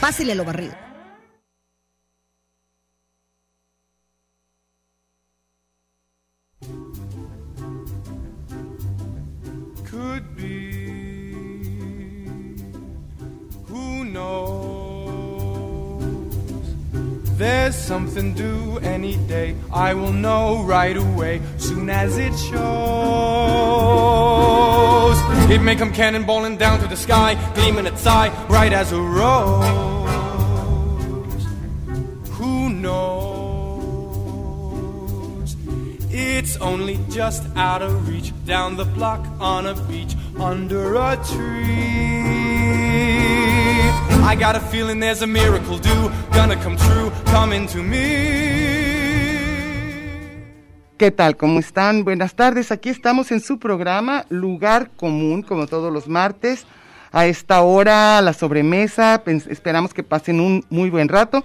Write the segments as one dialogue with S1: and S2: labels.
S1: Pásele lo barrido.
S2: could be. Who knows? There's something due any day. I will know right away, soon as it shows. It may come cannonballing down through the sky, gleaming its eye, bright as a rose. Who knows? It's only just out of reach, down the block, on a beach, under a tree. I got a feeling there's a miracle due, gonna come true, coming to me.
S3: ¿Qué tal? ¿Cómo están? Buenas tardes. Aquí estamos en su programa Lugar Común, como todos los martes. A esta hora, la sobremesa, pens- esperamos que pasen un muy buen rato.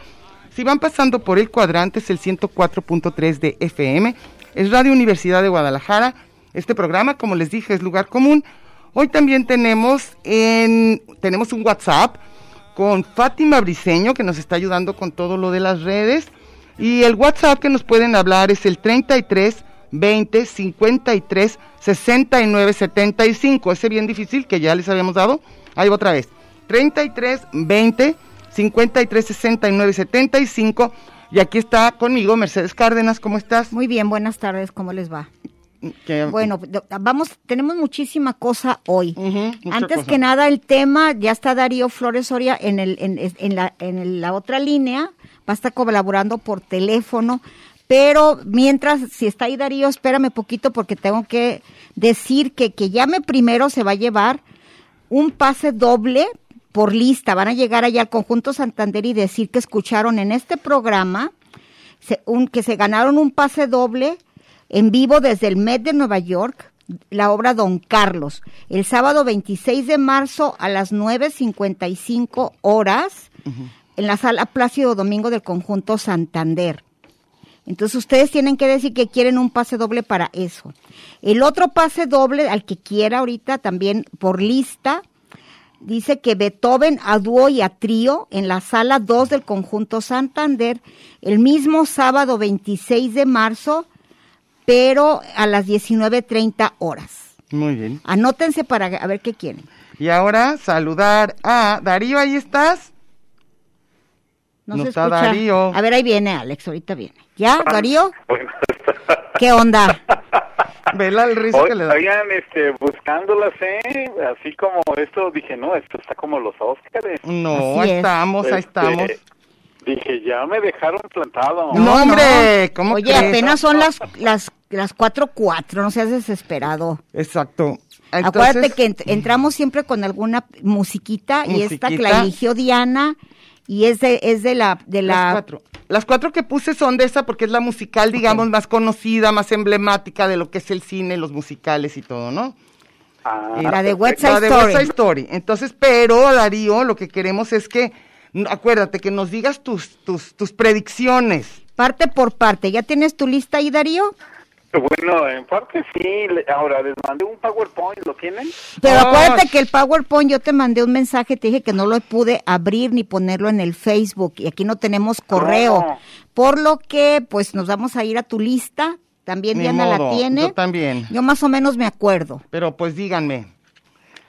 S3: Si van pasando por el cuadrante, es el 104.3 de FM. Es Radio Universidad de Guadalajara. Este programa, como les dije, es Lugar Común. Hoy también tenemos, en, tenemos un WhatsApp con Fátima Briseño, que nos está ayudando con todo lo de las redes. Y el WhatsApp que nos pueden hablar es el 33 20 53 69 75. Ese bien difícil que ya les habíamos dado. Ahí va otra vez. 33 20 53 69 75. Y aquí está conmigo Mercedes Cárdenas. ¿Cómo estás?
S4: Muy bien, buenas tardes, ¿cómo les va?
S3: Que-
S4: Bueno, do- vamos, tenemos muchísima cosa hoy.
S3: Ujú, mucha
S4: Antes
S3: cosa.
S4: que nada, el tema, ya está Darío Flores Soria en, el, en, en la, en el- la otra línea, va a estar colaborando por teléfono, pero mientras, si está ahí Darío, espérame poquito porque tengo que decir que que llame primero se va a llevar un pase doble por lista. Van a llegar allá al conjunto Santander y decir que escucharon en este programa se- un- que se ganaron un pase doble en vivo desde el Met de Nueva York, la obra Don Carlos, el sábado 26 de marzo a las 9.55 horas en la sala Plácido Domingo del conjunto Santander. Entonces ustedes tienen que decir que quieren un pase doble para eso. El otro pase doble al que quiera ahorita también por lista Dice que Beethoven a dúo y a trío en la sala 2 del conjunto Santander el mismo sábado 26 de marzo, pero a las 19.30 horas.
S3: Muy bien.
S4: Anótense para a ver qué quieren.
S3: Y ahora saludar a Darío. Ahí estás.
S4: No,
S3: No
S4: se
S3: está
S4: escucha.
S3: Darío.
S4: A ver, ahí viene Alex, ahorita viene. ¿Ya,
S5: Ah,
S4: Darío? ¿Qué onda?
S3: Vela el risa que le da.
S5: Oigan, este, buscándolas, ¿eh? Así como esto, dije, no, esto está como los Óscares.
S3: No,
S4: Así
S3: ahí
S4: es.
S3: estamos, Pues ahí
S5: Este,
S3: estamos.
S5: Dije, ya me dejaron plantado.
S3: No, hombre, ¿cómo
S4: Oye,
S3: crees?
S4: apenas son las las las 4.4, no seas desesperado.
S3: Exacto.
S4: Acuérdate
S3: Entonces-
S4: que ent- entramos siempre con alguna musiquita, y esta que
S3: Musiquita.
S4: la eligió Diana y es de, es de la de
S3: Las
S4: la
S3: cuatro. Las cuatro que puse son de esa porque es la musical, digamos, más conocida, más emblemática de lo que es el cine, los musicales y todo, ¿no?
S5: Ah,
S4: la de West
S3: La
S4: Side
S3: de
S4: Story.
S3: West Side Story. Entonces, pero Darío, lo que queremos es que, n- acuérdate, que nos digas tus, tus, tus predicciones.
S4: Parte por parte. ¿Ya tienes tu lista ahí, Darío?
S5: bueno, en parte sí. le- Ahora les mandé un PowerPoint, ¿lo tienen?
S4: Pero
S3: Ah,
S4: acuérdate
S3: sh-
S4: que el PowerPoint yo te mandé un mensaje, te dije que no lo pude abrir ni ponerlo en el Facebook y aquí no tenemos correo.
S5: No.
S4: Por lo que pues nos vamos a ir a tu lista. También
S3: Ni
S4: Diana
S3: modo,
S4: la tiene.
S3: yo también.
S4: Yo más o menos me acuerdo.
S3: Pero pues díganme.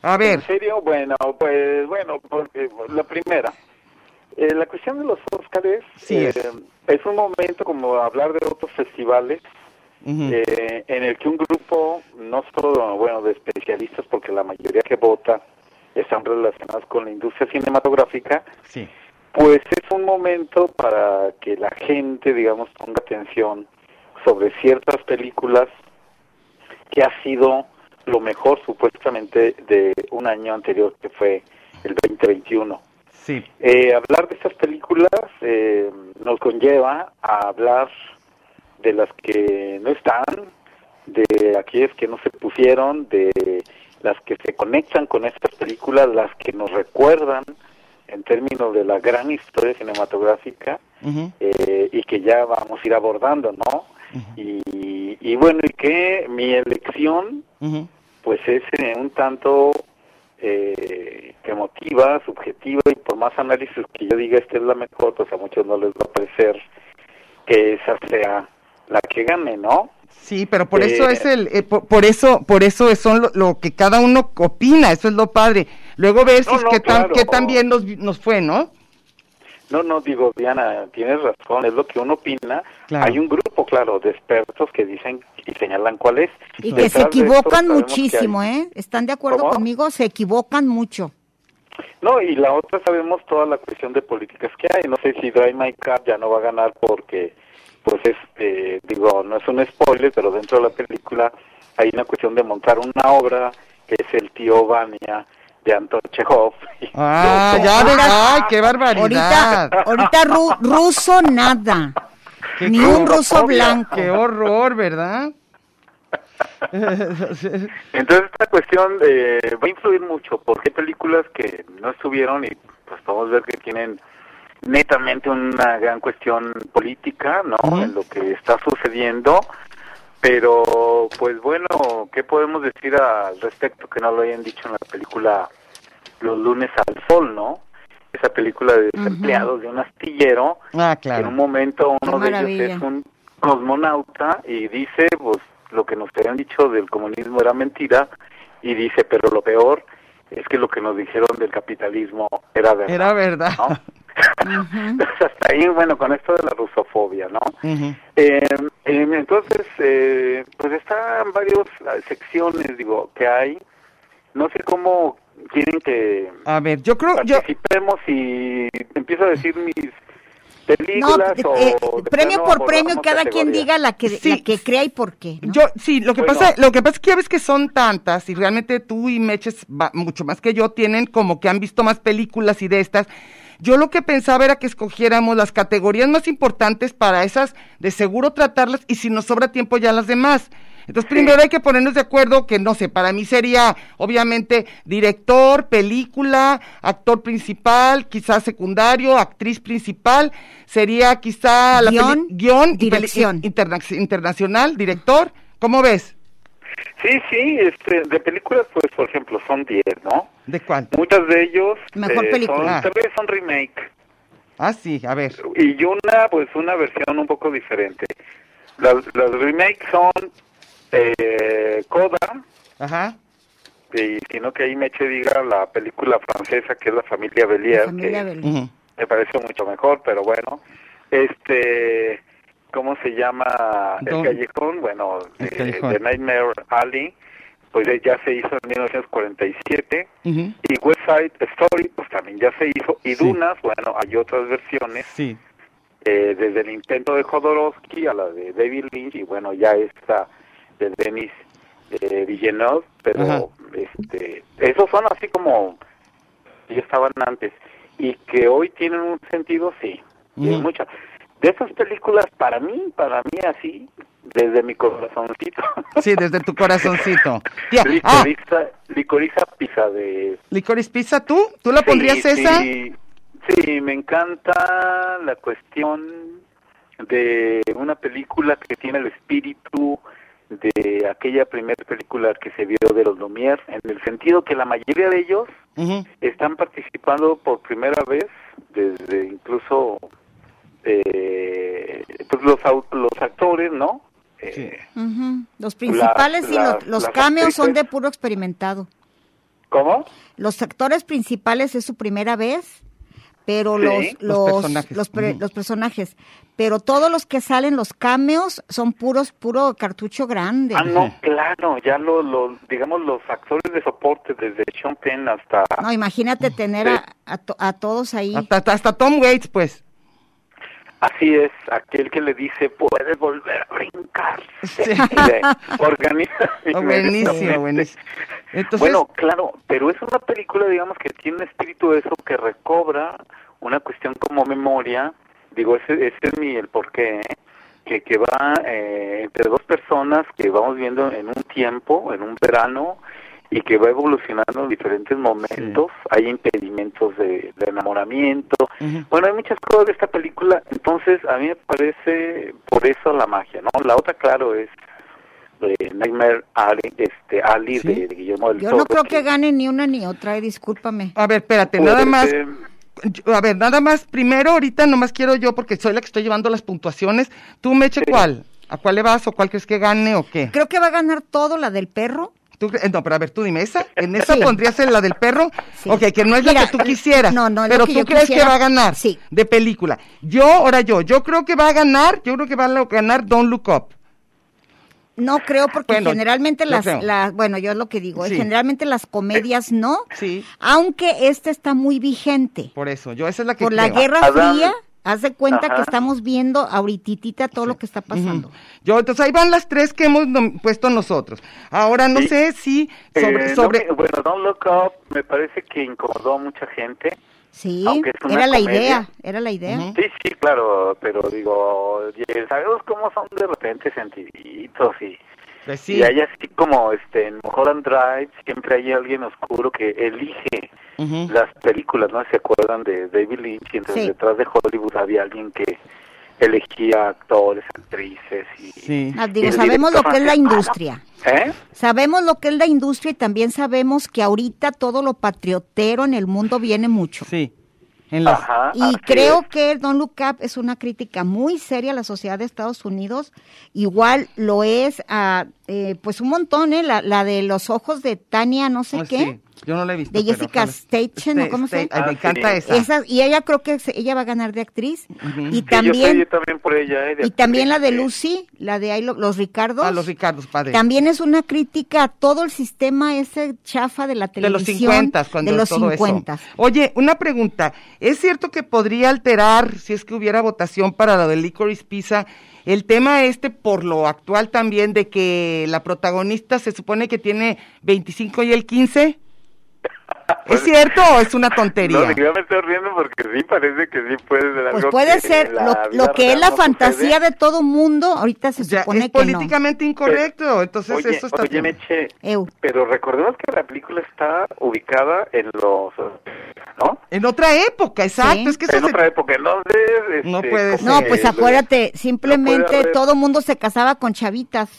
S3: A
S5: ¿En
S3: ver,
S5: serio? Bueno, pues, bueno, pues, eh, la primera. Eh, la cuestión de los Óscares
S3: Sí
S5: eh,
S3: es.
S5: es un momento como hablar de otros festivales
S3: Ujú.
S5: eh, en el que un grupo, no solo bueno, de especialistas, porque la mayoría que vota están relacionados con la industria cinematográfica,
S3: Sí.
S5: pues es un momento para que la gente, digamos, ponga atención sobre ciertas películas que ha sido lo mejor supuestamente de un año anterior, que fue el 2021.
S3: Sí.
S5: Eh, hablar de estas películas eh, nos conlleva a hablar de las que no están, de aquellas que no se pusieron, de las que se conectan con estas películas, las que nos recuerdan en términos de la gran historia cinematográfica
S3: Ujú.
S5: eh, y que ya vamos a ir abordando, ¿no? y, y bueno, y que mi elección
S3: Ujú.
S5: pues es eh, un tanto eh, emotiva, subjetiva, y por más análisis que yo diga esta es la mejor, pues a muchos no les va a parecer que esa sea la que gane, ¿no?
S3: Sí, pero por eso
S5: Eh,
S3: es el, eh, por, por eso, por eso es- son lo, lo que cada uno opina, eso es lo padre. Luego ver si
S5: No,
S3: es
S5: no,
S3: que tan,
S5: claro.
S3: qué tan bien nos, nos fue, ¿no?
S5: No, no, digo, Diana, tienes razón, es lo que uno opina.
S3: Claro.
S5: Hay un grupo, claro, de expertos que dicen y señalan cuál es.
S4: Y que se
S5: Detrás de esto
S4: equivocan
S5: sabemos que
S4: muchísimo,
S5: hay-
S4: ¿eh? ¿Están de acuerdo
S5: ¿Cómo?
S4: conmigo? Se equivocan mucho.
S5: No, y la otra sabemos toda la cuestión de políticas que hay. No sé si Drive My Car ya no va a ganar porque, pues es, eh, digo, no es un spoiler, pero dentro de la película hay una cuestión de montar una obra que es el tío Vania de Anton Chekhov.
S3: Ah, ya de, ay, qué
S5: ah,
S3: barbaridad.
S4: Ahorita, ahorita ru- ruso nada.
S3: Qué
S4: Ni un
S3: cosa.
S4: ruso blanco.
S3: Qué horror, ¿verdad?
S5: Entonces esta cuestión eh, va a influir mucho porque hay películas que no estuvieron y pues podemos ver que tienen netamente una gran cuestión política, ¿no?
S3: Ujú.
S5: En lo que está sucediendo. Pero, pues bueno, ¿qué podemos decir al respecto que no lo hayan dicho en la película Los lunes al sol, ¿no? Esa película de desempleados de un astillero
S3: Ah,
S5: en un
S3: claro.
S5: momento
S4: Qué
S5: uno de ellos
S4: maravilla.
S5: es un cosmonauta y dice, pues lo que nos habían dicho del comunismo era mentira y dice, pero lo peor es que lo que nos dijeron del capitalismo era verdad.
S3: Era verdad.
S5: ¿no? Entonces, hasta ahí, bueno, con esto de la rusofobia, ¿no?
S3: Ujú.
S5: Eh, eh, entonces, eh, pues están varias ah, secciones, digo, que hay. No sé cómo quieren que
S3: A ver, yo creo, yo,
S5: participemos y empiezo a decir mis películas
S4: eh,
S5: o
S4: eh,
S5: de
S4: premio
S5: plano
S4: por
S5: abordamos
S4: premio, cada quien
S5: categoría.
S4: diga la que,
S3: Sí.
S4: la que crea y por qué. ¿no?
S3: Yo, sí, lo que
S5: Bueno.
S3: pasa, lo que pasa es que ya ves que son tantas y realmente tú y Meches va- mucho más que yo tienen como que han visto más películas y de estas. Yo lo que pensaba era que escogiéramos las categorías más importantes para esas, de seguro tratarlas y si nos sobra tiempo ya las demás. Entonces primero hay que ponernos de acuerdo que no sé, para mí sería obviamente director, película, actor principal, quizás secundario, actriz principal, sería quizá la peli-
S4: Guión,
S3: guión y peli-
S4: dirección.
S3: interna- internacional, director, ¿cómo ves?
S5: Sí, sí, este, de películas, pues, por ejemplo, son 10, ¿no?
S3: ¿De cuál?
S5: Muchas de ellos eh,
S4: Mejor película.
S5: Son, tres son remake
S3: Ah, sí, a ver.
S5: y una, pues, una versión un poco diferente. Las, las remakes son eh, Coda,
S3: Ajá.
S5: y sino que ahí Meche diga la película francesa que es La Familia Belier,
S4: La familia
S5: que
S4: Belén.
S3: Ujú.
S5: me pareció mucho mejor, pero bueno, este, ¿cómo se llama?
S3: Don-
S5: El Callejón, bueno,
S3: El
S5: eh,
S3: Callejón.
S5: The Nightmare Alley, pues eh, ya se hizo en 1947,
S3: Ujú.
S5: y West Side Story, pues también ya se hizo, y
S3: Sí.
S5: Dunas, bueno, hay otras versiones,
S3: Sí.
S5: eh, desde el intento de Jodorowsky a la de David Lynch, y bueno, ya esta de Denis eh, Villeneuve, pero
S3: Ajá.
S5: este, esos son así como ya estaban antes y que hoy tienen un sentido, sí, tienen
S3: Ujú.
S5: mucho. De esas películas, para mí, para mí así, desde mi corazoncito.
S3: Sí, desde tu corazoncito. Tía, ah,
S5: Licoriza, Licoriza Pizza de...
S3: licoriz pizza, ¿tú? ¿Tú la pondrías
S5: Sí,
S3: esa?
S5: Sí, sí, me encanta la cuestión de una película que tiene el espíritu de aquella primera película que se vio de los Lumière, en el sentido que la mayoría de ellos
S3: Ujú.
S5: están participando por primera vez desde incluso eh, pues los, au- los actores, ¿no?
S3: Sí.
S5: Eh,
S4: Ujú. Los principales y
S5: la-
S4: los, los
S5: las
S4: cameos son de
S5: actrices.
S4: puro experimentado.
S5: ¿Cómo?
S4: Los actores principales es su primera vez, pero
S5: Sí,
S4: los,
S3: los
S4: los,
S3: personajes.
S4: los pre-
S3: Ujú.
S4: los personajes. Pero todos los que salen, los cameos, son puros, puro cartucho grande.
S5: Ah, no, claro, ya los, digamos, los actores de soporte, desde Sean Penn hasta...
S4: No, imagínate tener a, a to- a todos ahí.
S3: Hasta, hasta- hasta Tom Waits, pues.
S5: Así es, aquel que le dice, puedes volver a brincar. Organiza.
S3: Oh, buenísimo, buenísimo. Entonces,
S5: bueno, claro, pero es una película, digamos, que tiene un espíritu de eso que recobra una cuestión como memoria. Digo, ese, ese es mi el porqué, ¿eh? que, que va eh, entre dos personas que vamos viendo en un tiempo, en un verano, y que va evolucionando en diferentes momentos. Hay impedimentos de, de enamoramiento.
S3: Ujú.
S5: Bueno, hay muchas cosas de esta película. Entonces, a mí me parece por eso la magia, ¿no? La otra, claro, es de Nightmare Alley, este, Alley
S3: Sí.
S5: de, de Guillermo del
S4: Yo
S5: Toro,
S4: no creo que gane ni una ni otra, eh, discúlpame.
S3: a ver, espérate,
S5: puede
S3: nada más.
S5: ser-
S3: yo- a ver, nada más. Primero, ahorita nomás quiero yo, porque soy la que estoy llevando las puntuaciones. Tú, Meche, ¿cuál? ¿A cuál le vas o cuál crees que gane o qué?
S4: Creo que va a ganar todo la del perro.
S3: ¿Tú cre- eh, no, pero a ver, tú dime esa. ¿En esa
S4: Sí.
S3: pondrías en la del perro?
S4: Sí.
S3: Ok, que no es la
S4: Mira,
S3: que tú quisieras.
S4: no, no es lo
S3: Pero
S4: que
S3: tú
S4: yo
S3: crees
S4: quisiera.
S3: que va a ganar.
S4: Sí.
S3: De película. Yo, ahora yo, yo creo que va a ganar, yo creo que va a lo- ganar Don't Look Up.
S4: No creo porque
S3: Bueno,
S4: generalmente
S3: yo
S4: las,
S3: creo.
S4: las- bueno, yo es lo que digo, eh,
S3: Sí.
S4: generalmente las comedias no,
S3: Sí.
S4: aunque esta está muy vigente.
S3: Por eso, yo esa es la que
S4: Por la
S3: creo.
S4: Guerra
S5: Adán.
S4: Fría, haz de cuenta
S5: Ajá.
S4: que estamos viendo ahorititita todo lo que está pasando.
S3: Yo, entonces ahí van las tres que hemos nom- puesto nosotros. Ahora no
S5: Sí.
S3: sé si sobre,
S5: eh, no
S3: sobre
S5: me- bueno, Don't Look Up me parece que incomodó a mucha gente.
S4: Sí,
S5: Aunque es una
S4: era la
S5: comedia.
S4: idea, era la idea.
S3: Ujú.
S5: Sí, sí, claro, pero digo, ya sabemos cómo son de repente sentiditos y,
S3: pues sí,
S5: y hay así como este, en Holland Drive siempre hay alguien oscuro que elige
S3: ujú.
S5: las películas, ¿no? ¿Se acuerdan de David Lynch? Y entonces
S4: Mm. Sí.
S5: detrás de Hollywood había alguien que elegía actores, actrices y...
S3: Sí.
S4: Ah,
S5: y
S4: digo,
S5: el
S4: sabemos lo
S5: director
S4: que es la
S5: francés.
S4: industria.
S5: ¿Eh?
S4: Sabemos lo que es la industria y también sabemos que ahorita todo lo patriotero en el mundo viene mucho.
S3: sí. En las-
S5: Ajá,
S4: Y
S5: Ah, así
S4: creo
S5: es.
S4: que el Don Look Up es una crítica muy seria a la sociedad de Estados Unidos. Igual lo es a, eh, pues un montón, ¿eh? La, la de los ojos de Tania, no sé
S3: Ah,
S4: qué.
S3: sí. Yo no la he visto.
S4: De
S3: pero
S4: Jessica
S3: ojalá.
S4: Station, ¿o cómo se llama?
S3: Sta- este, Ay, me
S5: Ah,
S3: encanta
S5: sí.
S3: esa.
S4: Esa- y ella creo que se- ella va a ganar de actriz. Y
S5: Sí, yo estoy
S4: también,
S5: también por ella, ¿eh?
S4: y también la de
S5: actriz,
S4: Lucy, la de I Lo- Los Ricardos.
S3: A Ah, los Ricardos, padre.
S4: También es una crítica a todo el sistema ese chafa de la
S3: De los
S4: televisión.
S3: 50, cuando
S4: de los
S3: todo
S4: 50.
S3: eso. Oye, una pregunta. ¿Es cierto que podría alterar, si es que hubiera votación para la de Licorice Pizza, el tema este por lo actual también de que la protagonista se supone que tiene 25 y el 15? ¿Es cierto o es una
S5: sí.
S3: tontería?
S5: Pues, No, digo, me estoy riendo porque sí parece que sí puede ser algo
S4: Pues puede
S5: que
S4: ser
S5: en la
S4: lo,
S5: vida
S4: lo que es
S5: real
S4: la
S5: no
S4: fantasía
S5: sucede.
S4: de todo mundo, ahorita se
S3: Ya,
S4: supone
S3: es
S4: que
S3: políticamente incorrecto, entonces
S5: Eh, oye,
S3: eso está
S5: oye,
S3: bien.
S5: Meche,
S4: no. Eu.
S5: pero recordemos que la película está ubicada en los... ¿No?
S3: En otra época, exacto,
S4: Sí.
S3: es que eso
S5: En
S3: se-
S5: otra época, entonces... Este,
S3: No puede
S5: como
S4: No,
S3: ser.
S5: que
S4: pues
S5: lo-
S4: acuérdate, simplemente
S5: haber-
S4: todo mundo se casaba con chavitas.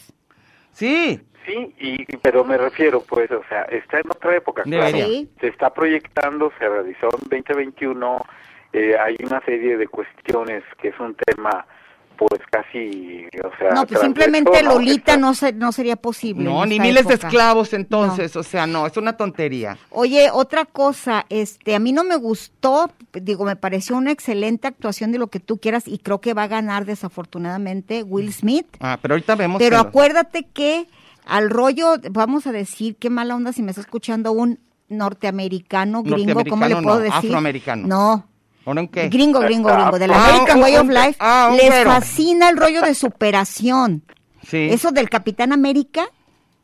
S3: Sí,
S5: Sí, y, pero me refiero, pues, o sea, está en otra época, claro.
S3: Debería.
S4: Sí.
S5: Se está proyectando, se realizó en 2021. eh, hay una serie de cuestiones que es un tema, pues, casi, o sea...
S4: No, pues
S5: transgresor,
S4: simplemente
S5: ¿no?
S4: Lolita
S5: Está-
S4: no, se- no sería posible.
S3: no,
S4: en
S3: ni
S4: esta
S3: miles de
S4: época.
S3: esclavos entonces, o sea, no, es una tontería.
S4: Oye, otra cosa, este, a mí no me gustó, digo, me pareció una excelente actuación de lo que tú quieras y creo que va a ganar desafortunadamente Will Smith.
S3: Ah, pero ahorita vemos.
S4: Pero
S3: que los-
S4: acuérdate que al rollo, vamos a decir, qué mala onda si me está escuchando un norteamericano, gringo, ¿cómo le
S3: Norteamericano,
S4: puedo
S3: no,
S4: decir?
S3: afroamericano.
S4: No.
S3: ¿Ahora en qué?
S4: Gringo, gringo, gringo, del
S3: Ah,
S4: American
S3: un-
S4: Way of
S3: un-
S4: Life,
S3: ah, un
S4: les
S3: güero.
S4: fascina el rollo de superación.
S3: Sí,
S4: Eso del Capitán América,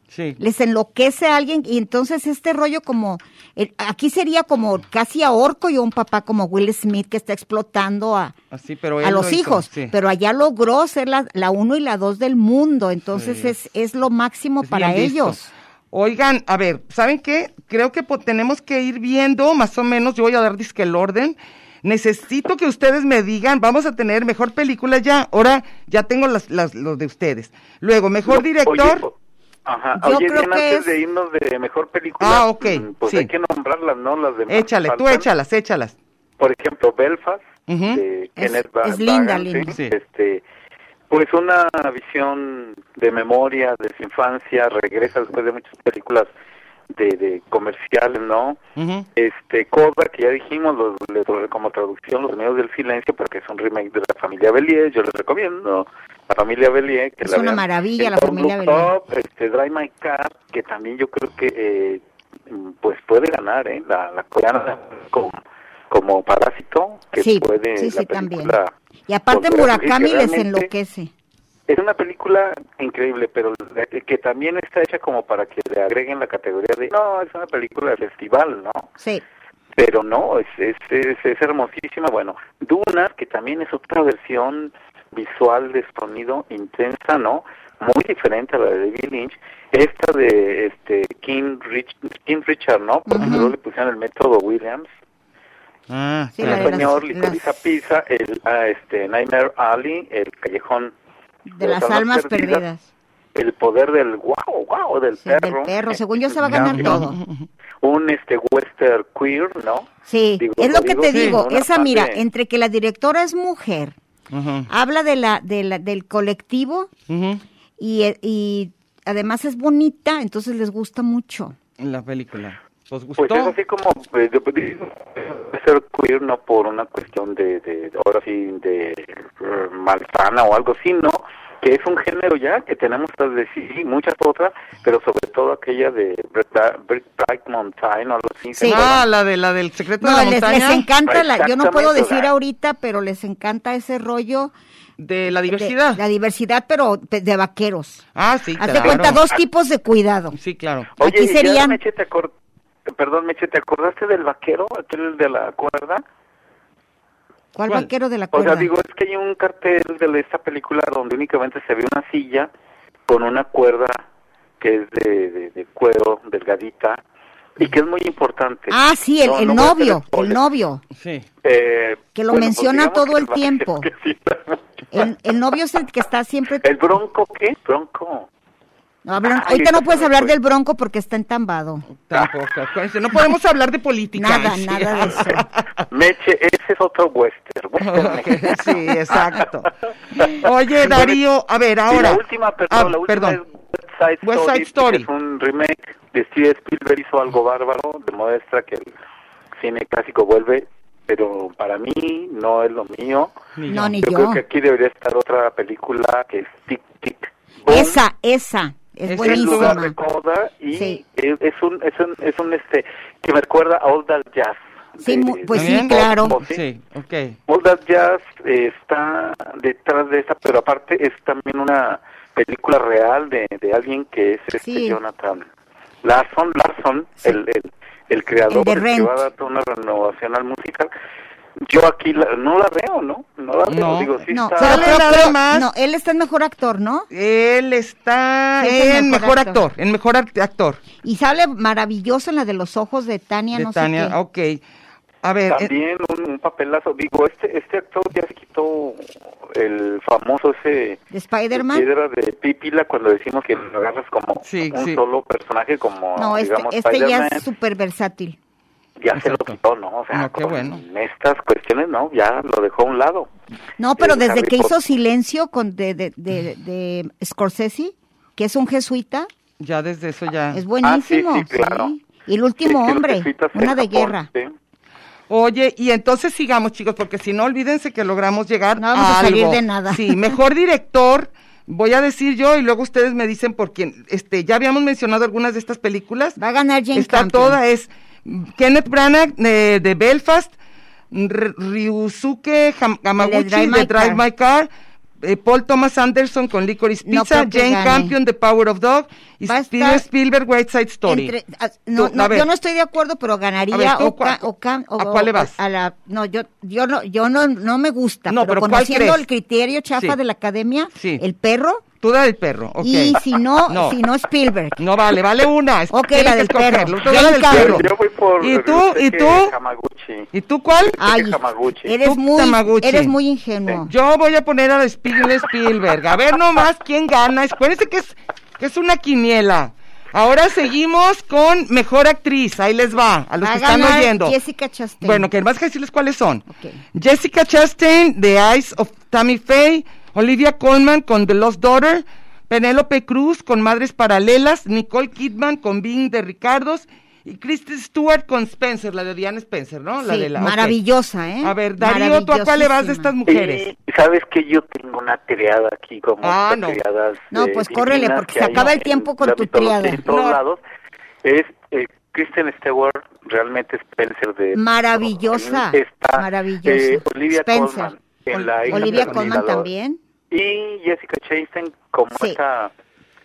S3: sí.
S4: les enloquece a alguien y entonces este rollo como el- aquí sería como casi a orco y un papá como Will Smith que está explotando a
S3: Así, Ah, pero él
S4: a
S3: lo
S4: los
S3: hizo,
S4: hijos,
S3: sí.
S4: pero allá logró ser la, la uno y la dos del mundo, entonces
S3: Sí.
S4: es, es lo máximo
S3: Es
S4: para
S3: bien visto.
S4: ellos.
S3: Oigan, a ver, ¿saben qué? Creo que po- tenemos que ir viendo, más o menos, yo voy a dar disque el orden. Necesito que ustedes me digan, vamos a tener mejor película ya. Ahora ya tengo las, las- los de ustedes. Luego, mejor
S5: Oye,
S3: director.
S5: o- Ajá.
S4: Yo
S5: Oye,
S4: creo
S5: Diana,
S4: que
S5: antes
S4: es-
S5: de irnos de mejor película,
S3: Ah, ok,
S5: mm, pues
S3: sí.
S5: hay que nombrarlas, ¿no? Las demás.
S3: échale, tú
S5: faltan.
S3: échalas, échalas.
S5: por ejemplo, Belfast,
S3: Ujú.
S5: de
S4: Es-
S5: Kenneth Ba-
S4: es linda,
S5: Branagh, ¿sí?
S4: linda.
S3: Sí.
S5: Este, pues una visión de memoria, de su infancia, regresa después de muchas películas de, de comerciales, ¿no?
S3: Ujú.
S5: Este, Coda, que ya dijimos, los, le- como traducción, Los Amigos del Silencio, porque es un remake de La Familia Bellier, yo les recomiendo La Familia Bellier. Que
S4: Es
S5: la
S4: una
S5: vean.
S4: maravilla,
S5: El
S4: La
S5: Don't
S4: Familia
S5: Look
S4: Bellier.
S5: Up, este, Drive My Car, que también yo creo que, eh, pues puede ganar, ¿eh? La, la coreana como, como parásito, que
S4: sí,
S5: puede
S4: sí,
S5: la
S4: sí, también.
S5: película
S4: Y
S3: Pues,
S4: aparte
S5: volver a surgir,
S4: Murakami
S5: que
S4: les
S5: realmente-
S4: enloquece.
S5: es una película increíble, pero la- que también está hecha como para que le agreguen la categoría de, no, es una película de festival, ¿no?
S4: Sí.
S5: Pero no, es, es, es, es hermosísima. Bueno, Dunas, que también es otra versión visual de sonido intensa, ¿no? Muy diferente a la de David Lynch. Esta de este King, Rich, King Richard, ¿no? Porque
S4: Ujú.
S5: luego le pusieron el método Williams.
S3: Ah,
S4: Sí,
S5: el
S4: la de las-
S5: señor Licoriza
S4: las-
S5: Pizza, el ah, este, Nightmare Alley, el callejón
S4: de las almas perdidas.
S5: el poder del guau, guau, del
S4: Sí,
S5: perro. eh,
S4: del perro. Según yo se va a ganar todo.
S5: Un este western queer, ¿no?
S4: Sí,
S5: Digo,
S4: es lo que te
S5: sí,
S4: digo.
S5: una
S4: Esa, mira,
S5: parte-
S4: entre que la directora es mujer,
S3: ujú,
S4: habla de la, de la- del colectivo
S3: ujú.
S4: y, eh, y además es bonita, entonces les gusta mucho.
S3: La película. ¿Os gustó?
S5: Pues es así como eh, de- de- ser queer no por una cuestión de, de ahora sí de eh, malsana o algo así, no, que es un género ya que tenemos tras de sí y muchas otras, pero sobre todo aquella de Bright Bright Mountain o algo así.
S4: Sí.
S5: ¿se
S3: Ah,
S5: acuerdan?
S3: la de la del secreto
S4: No,
S3: de la
S4: les, les
S3: montaña.
S4: encanta, la, yo no puedo
S5: Exactamente,
S4: decir
S5: ¿verdad?
S4: ahorita, pero les encanta ese rollo.
S3: De la
S4: de-
S3: diversidad.
S4: la diversidad, pero de, de vaqueros.
S3: Ah, sí,
S4: Haz de
S3: claro.
S4: cuenta dos tipos de cuidado.
S3: Sí, claro.
S5: Oye,
S4: aquí
S5: y ya,
S4: serían-
S5: Meche, te acor- Perdón, Meche, ¿te acordaste del vaquero, aquel de la cuerda?
S4: ¿Cuál,
S3: ¿Cuál?
S4: vaquero de la
S5: O
S4: cuerda?
S5: sea, digo, es que hay un cartel de esta película donde únicamente se ve una silla con una cuerda que es de, de- de cuero, delgadita, y que es muy importante.
S4: ah, sí, el,
S5: No,
S4: el
S5: no voy a hacer
S4: novio, el
S5: spoiler.
S4: novio.
S3: Sí.
S5: Eh,
S4: que lo
S5: pues
S4: menciona
S5: digamos
S4: todo
S5: que
S4: el
S5: va-
S4: tiempo.
S5: que sí.
S4: El, el novio es el que está siempre...
S5: ¿El bronco qué? Bronco.
S4: No, hablan-
S5: Ay,
S4: ahorita no
S5: eso
S4: puedes
S5: no
S4: hablar
S5: puede.
S4: del bronco porque está entambado.
S3: Tampoco. acuérdense, No podemos hablar de política.
S4: Nada,
S3: Ah, sí.
S4: nada de eso.
S5: Meche, ese es otro western. western mexicano.
S3: sí, exacto. Oye, Darío, a ver, ahora.
S5: Y la última, perdón,
S3: Ah,
S5: la última
S3: perdón.
S5: es West Side
S3: West Side Story.
S5: Story. que Es un remake de Steven Spielberg, hizo algo bárbaro, demuestra que el cine clásico vuelve, pero para mí no es lo mío.
S3: Ni
S4: No,
S3: yo.
S4: ni
S5: Yo
S4: yo.
S5: creo que aquí debería estar otra película que es Tic Tic. Boom,
S4: Esa, esa, es
S3: Ese
S5: en lugar
S4: buenísima.
S5: de Coda y
S4: Sí.
S5: es, es un es un es un este que me recuerda a Old That Jazz.
S4: Sí,
S5: de-
S4: mu-
S5: de-
S4: pues
S3: sí,
S5: de-
S4: claro.
S5: o- o- sí.
S3: Sí, ok.
S5: All That Jazz eh, está detrás de esta, pero aparte es también una película real de, de alguien que es este
S4: Sí.
S5: Jonathan Larson, Larson,
S4: Sí.
S5: el, el, el creador
S4: El de
S5: que
S4: Rent.
S5: va a dar toda una renovación al musical. Yo aquí la- no la veo, ¿no? No la veo,
S3: No.
S5: digo, sí
S4: No,
S5: está-
S3: Sale
S4: pero-
S3: nada
S4: pero-
S3: más.
S4: no, él está el mejor actor, ¿no?
S3: Él está
S4: Sí, es el
S3: en
S4: mejor
S3: mejor
S4: actor.
S3: actor, en mejor act- actor.
S4: Y sale maravilloso en la de los ojos de Tania,
S3: de
S4: no
S3: Tania,
S4: sé qué.
S3: ok. A ver, eh,
S5: también un, un papelazo. Digo, este este actor ya se quitó el famoso ese...
S4: De Spider-Man.
S5: Piedra de pípila cuando decimos que lo agarras como
S3: Sí,
S5: un
S3: sí.
S5: solo personaje, como
S4: No, este,
S5: digamos
S4: este ya
S5: Spider-Man.
S4: es súper versátil.
S5: ya se lo
S3: Exacto.
S5: quitó, ¿no? O sea,
S3: No, qué
S5: con
S3: bueno.
S5: estas cuestiones, ¿no? Ya lo dejó a un lado.
S4: No, pero
S5: Eh,
S4: desde
S5: Harry
S4: que hizo
S5: Potter.
S4: Silencio con de, de, de, de Scorsese, que es un jesuita,
S3: ya desde eso ya.
S4: es buenísimo.
S5: Ah, sí, sí, claro.
S4: sí. Y el último
S5: Sí, que los
S4: hombre,
S5: jesuitas en
S4: una de
S5: Japón,
S4: guerra.
S5: sí.
S3: Oye, y entonces sigamos, chicos, porque si no, olvídense que logramos llegar
S4: No vamos a salir
S3: algo.
S4: de nada.
S3: Sí, mejor director, voy a decir yo y luego ustedes me dicen por quién. Este, ya habíamos mencionado algunas de estas películas.
S4: Va a ganar Jane
S3: Está
S4: Campion.
S3: toda, es Kenneth Branagh eh, de, de Belfast, R- Ryusuke Ham- Hamaguchi
S4: Drive My
S3: de Drive
S4: Car.
S3: My Car, eh, Paul Thomas Anderson con Licorice
S4: No
S3: Pizza,
S4: creo que
S3: Jane
S4: gane.
S3: Campion de Power of Dog y
S4: Va a
S3: Steven
S4: estar
S3: Spielberg White Side Story.
S4: Entre- ah, no,
S3: Tú,
S4: no,
S3: a ver.
S4: yo no estoy de acuerdo, pero ganaría
S3: A ver, tú,
S4: Oca-
S3: ¿cuál-
S4: Oca- o-
S3: a cuál le vas?
S4: a la- no, yo, yo no, yo no, no me gusta.
S3: No,
S4: pero,
S3: pero ¿cuál
S4: conociendo
S3: crees?
S4: el criterio chafa
S3: Sí.
S4: de la academia,
S3: Sí.
S4: el perro,
S3: Tú da el perro, ok.
S4: y si no,
S3: No.
S4: si no Spielberg.
S3: No vale, vale una. es-
S4: Ok,
S3: tienes
S4: la
S3: que
S4: del
S3: escogerlo.
S4: perro.
S3: Tú la
S4: Jane
S3: del
S4: Campion.
S3: perro.
S5: Yo voy por.
S3: ¿Y tú? ¿Y
S5: Ryusuke
S3: tú?
S5: Hamaguchi.
S3: ¿y tú cuál?
S4: Ay,
S5: Hamaguchi.
S4: eres
S3: Tú,
S4: muy,
S3: Tamaguchi.
S4: eres muy ingenuo.
S3: Yo voy a poner a Steven Spielberg. A ver nomás quién gana. Acuérdense que es, que es una quiniela. Ahora seguimos con mejor actriz. Ahí les va, a los
S4: Va a
S3: que están
S4: ganar
S3: oyendo.
S4: Jessica Chastain.
S3: Bueno, que además que decirles cuáles son.
S4: Ok.
S3: Jessica Chastain, The Eyes of Tammy Faye, Olivia Colman con The Lost Daughter, Penélope Cruz con Madres Paralelas, Nicole Kidman con Bing de Ricardos y Kristen Stewart con Spencer, la de Diana Spencer, ¿no? La
S4: Sí,
S3: de la, ok.
S4: maravillosa, ¿eh?
S3: A ver, Darío, ¿tú a cuál le vas de estas
S4: Maravillosísima. Eh,
S3: mujeres?
S5: Y Eh, sabes que yo tengo una triada aquí, como
S3: Ah,
S5: estas
S3: no.
S5: triadas,
S4: No,
S5: eh,
S4: pues córrele,
S5: divinas
S4: porque
S5: que
S4: se
S5: hay
S4: acaba el
S5: en
S4: tiempo con
S5: la
S4: tu
S5: mitología
S4: triada.
S5: En todos
S3: No.
S5: lados. Es eh, Kristen Stewart, realmente Spencer de.
S4: Maravillosa,
S5: Está,
S4: maravillosa.
S5: eh, Olivia
S4: Spencer.
S5: Colman.
S4: Ol-
S5: En la hija
S4: Olivia
S5: del
S4: Colman
S5: Vengador.
S4: también.
S5: Y Jessica Chastain, como
S4: Sí.
S5: esta.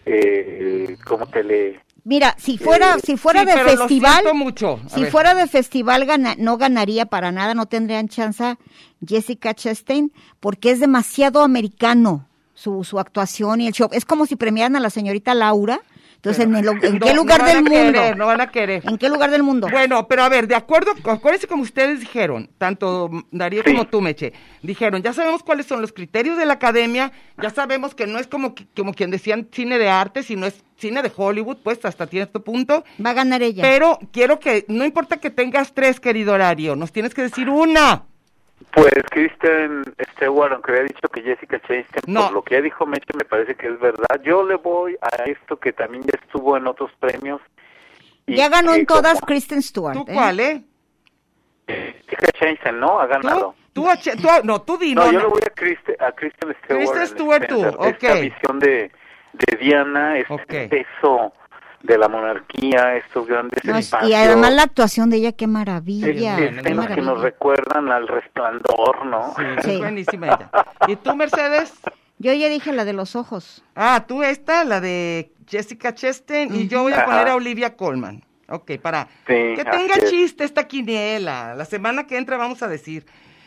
S5: Eh, como tele.
S4: Mira, si fuera,
S5: Eh,
S4: si fuera
S3: Sí,
S4: de
S3: pero Lo
S4: festival,
S3: siento mucho. A
S4: si
S3: ver.
S4: fuera de festival gana- no ganaría para nada, no tendrían chance Jessica Chastain porque es demasiado americano su, su actuación y el show. Es como si premiaran a la señorita Laura. Entonces, ¿en, el- en
S3: No,
S4: qué
S3: no
S4: lugar
S3: van a
S4: del mundo?
S3: querer, no van a querer.
S4: ¿En qué lugar del mundo?
S3: Bueno, pero a ver, de acuerdo, acuérdense como ustedes dijeron, tanto Darío
S5: Sí.
S3: como tú, Meche, dijeron, ya sabemos cuáles son los criterios de la academia, ya sabemos que no es como, qui- como quien decían cine de arte, sino es cine de Hollywood, pues hasta cierto punto,
S4: Va a ganar ella.
S3: pero quiero que, no importa que tengas tres, querido Darío, nos tienes que decir una.
S5: Pues Kristen Stewart, aunque había dicho que Jessica Chastain,
S3: No.
S5: por lo que ya dijo Meche, me parece que es verdad. Yo le voy a esto que también ya estuvo en otros premios. y
S4: ya ganó en
S5: que como
S4: todas Kristen Stewart.
S3: ¿Tú
S4: ¿eh?
S3: cuál, eh?
S5: Jessica Chastain, ¿no? Ha
S3: ¿Tú?
S5: ganado.
S3: ¿Tú, a Che- tú a- no, tú di,
S5: No,
S3: no,
S5: yo
S3: no.
S5: le voy a, Kristen, a Kristen Stewart.
S3: Kristen
S5: en
S3: Stewart, tú,
S5: Spencer. Esta
S3: ok.
S5: visión de, de Diana, este
S3: Ok.
S5: peso de la monarquía, estos grandes
S4: No,
S5: espacios. este,
S4: y además la actuación de ella, qué maravilla.
S3: Dios mío,
S5: escenas
S4: qué
S3: no, no,
S5: que nos
S4: maravilla.
S5: recuerdan al resplandor, ¿no?
S3: Sí,
S4: Sí.
S3: Es buenísima ella. ¿Y tú, Mercedes?
S4: Yo ya dije la de los ojos.
S3: Ah, tú esta, la de Jessica Chastain, y yo voy a
S5: Ajá.
S3: poner a Olivia Colman. Ok, para
S5: Sí,
S3: que
S5: así
S3: tenga
S5: es.
S3: chiste esta quiniela. La semana que entra vamos a decir.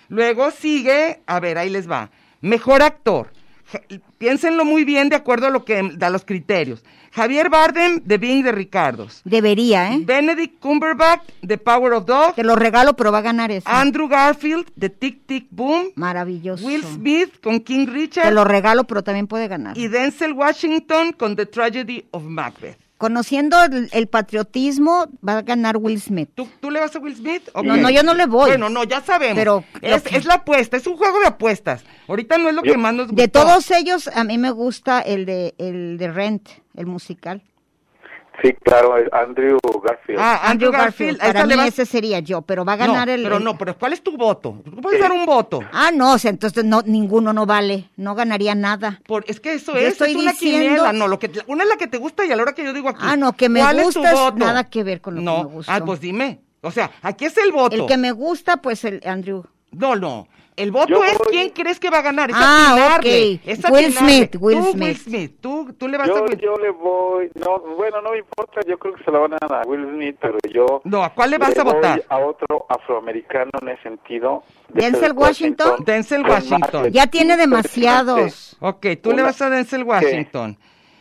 S3: Luego sigue, a ver, ahí les va. Mejor actor. Ja- Piénsenlo muy bien de acuerdo a lo que da los criterios. Javier Bardem de Bing de Ricardos.
S4: Debería, ¿eh?
S3: Benedict Cumberbatch de Power of Dog.
S4: Te lo regalo, pero va a ganar eso.
S3: Andrew Garfield de Tic Tic Boom.
S4: Maravilloso.
S3: Ah, Will Smith con King Richard.
S4: Te lo regalo, pero también puede ganar.
S3: y Denzel Washington con The Tragedy of Macbeth.
S4: Conociendo el, el patriotismo, va a ganar Will Smith.
S3: ¿Tú, tú le vas a Will Smith? ¿O
S4: No,
S3: qué?
S4: no, yo no le voy.
S3: Bueno, no, ya sabemos.
S4: Pero-
S3: es,
S4: pero-
S3: es la apuesta, es un juego de apuestas. Ahorita no es lo
S5: Yo-
S3: que más nos gusta.
S4: De todos ellos, a mí me gusta el de, el de Rent, el musical.
S5: Sí, claro, es Andrew Garfield.
S3: Ah, Andrew Garfield. a
S4: Para
S3: esa le
S4: mí
S3: vas-
S4: ese sería yo, pero va a ganar
S3: no,
S4: el...
S3: Pero
S4: el-
S3: no, pero ¿cuál es tu voto? Tú puedes dar un voto.
S4: Ah, no, o sea, entonces no, ninguno no vale. No ganaría nada.
S3: Por, es que eso
S4: Yo
S3: es,
S4: estoy
S3: es una
S4: diciendo-
S3: quiniela, no, lo que, una es la que te gusta y a la hora que yo digo aquí.
S4: Ah, no, que me
S3: ¿Cuál
S4: gustas,
S3: es tu voto?
S4: nada que ver con lo que
S3: no.
S4: me gustó.
S3: Ah, pues dime. O sea, aquí es el voto.
S4: El que me gusta, pues el Andrew.
S3: No, no. El voto
S5: Yo
S3: es
S5: voy-
S3: quién crees que va a ganar. Es
S4: Ah,
S3: atinarle,
S4: ok.
S3: es
S4: Will
S3: atinarle.
S4: Smith, Will
S3: tú,
S4: Smith.
S3: Will Smith. Tú, tú le vas a
S5: Yo,
S3: Will-
S5: yo le voy, no, bueno, no me importa, yo creo que se la van a dar a Will Smith, pero yo...
S3: No, ¿a cuál le vas a
S5: voy
S3: votar?
S5: A otro afroamericano en ese sentido.
S4: ¿Denzel Washington?
S3: Denzel
S5: Con
S3: Washington.
S5: Marvel.
S4: Ya tiene demasiados.
S3: Ok, tú le
S5: Una-
S3: vas a Denzel Washington.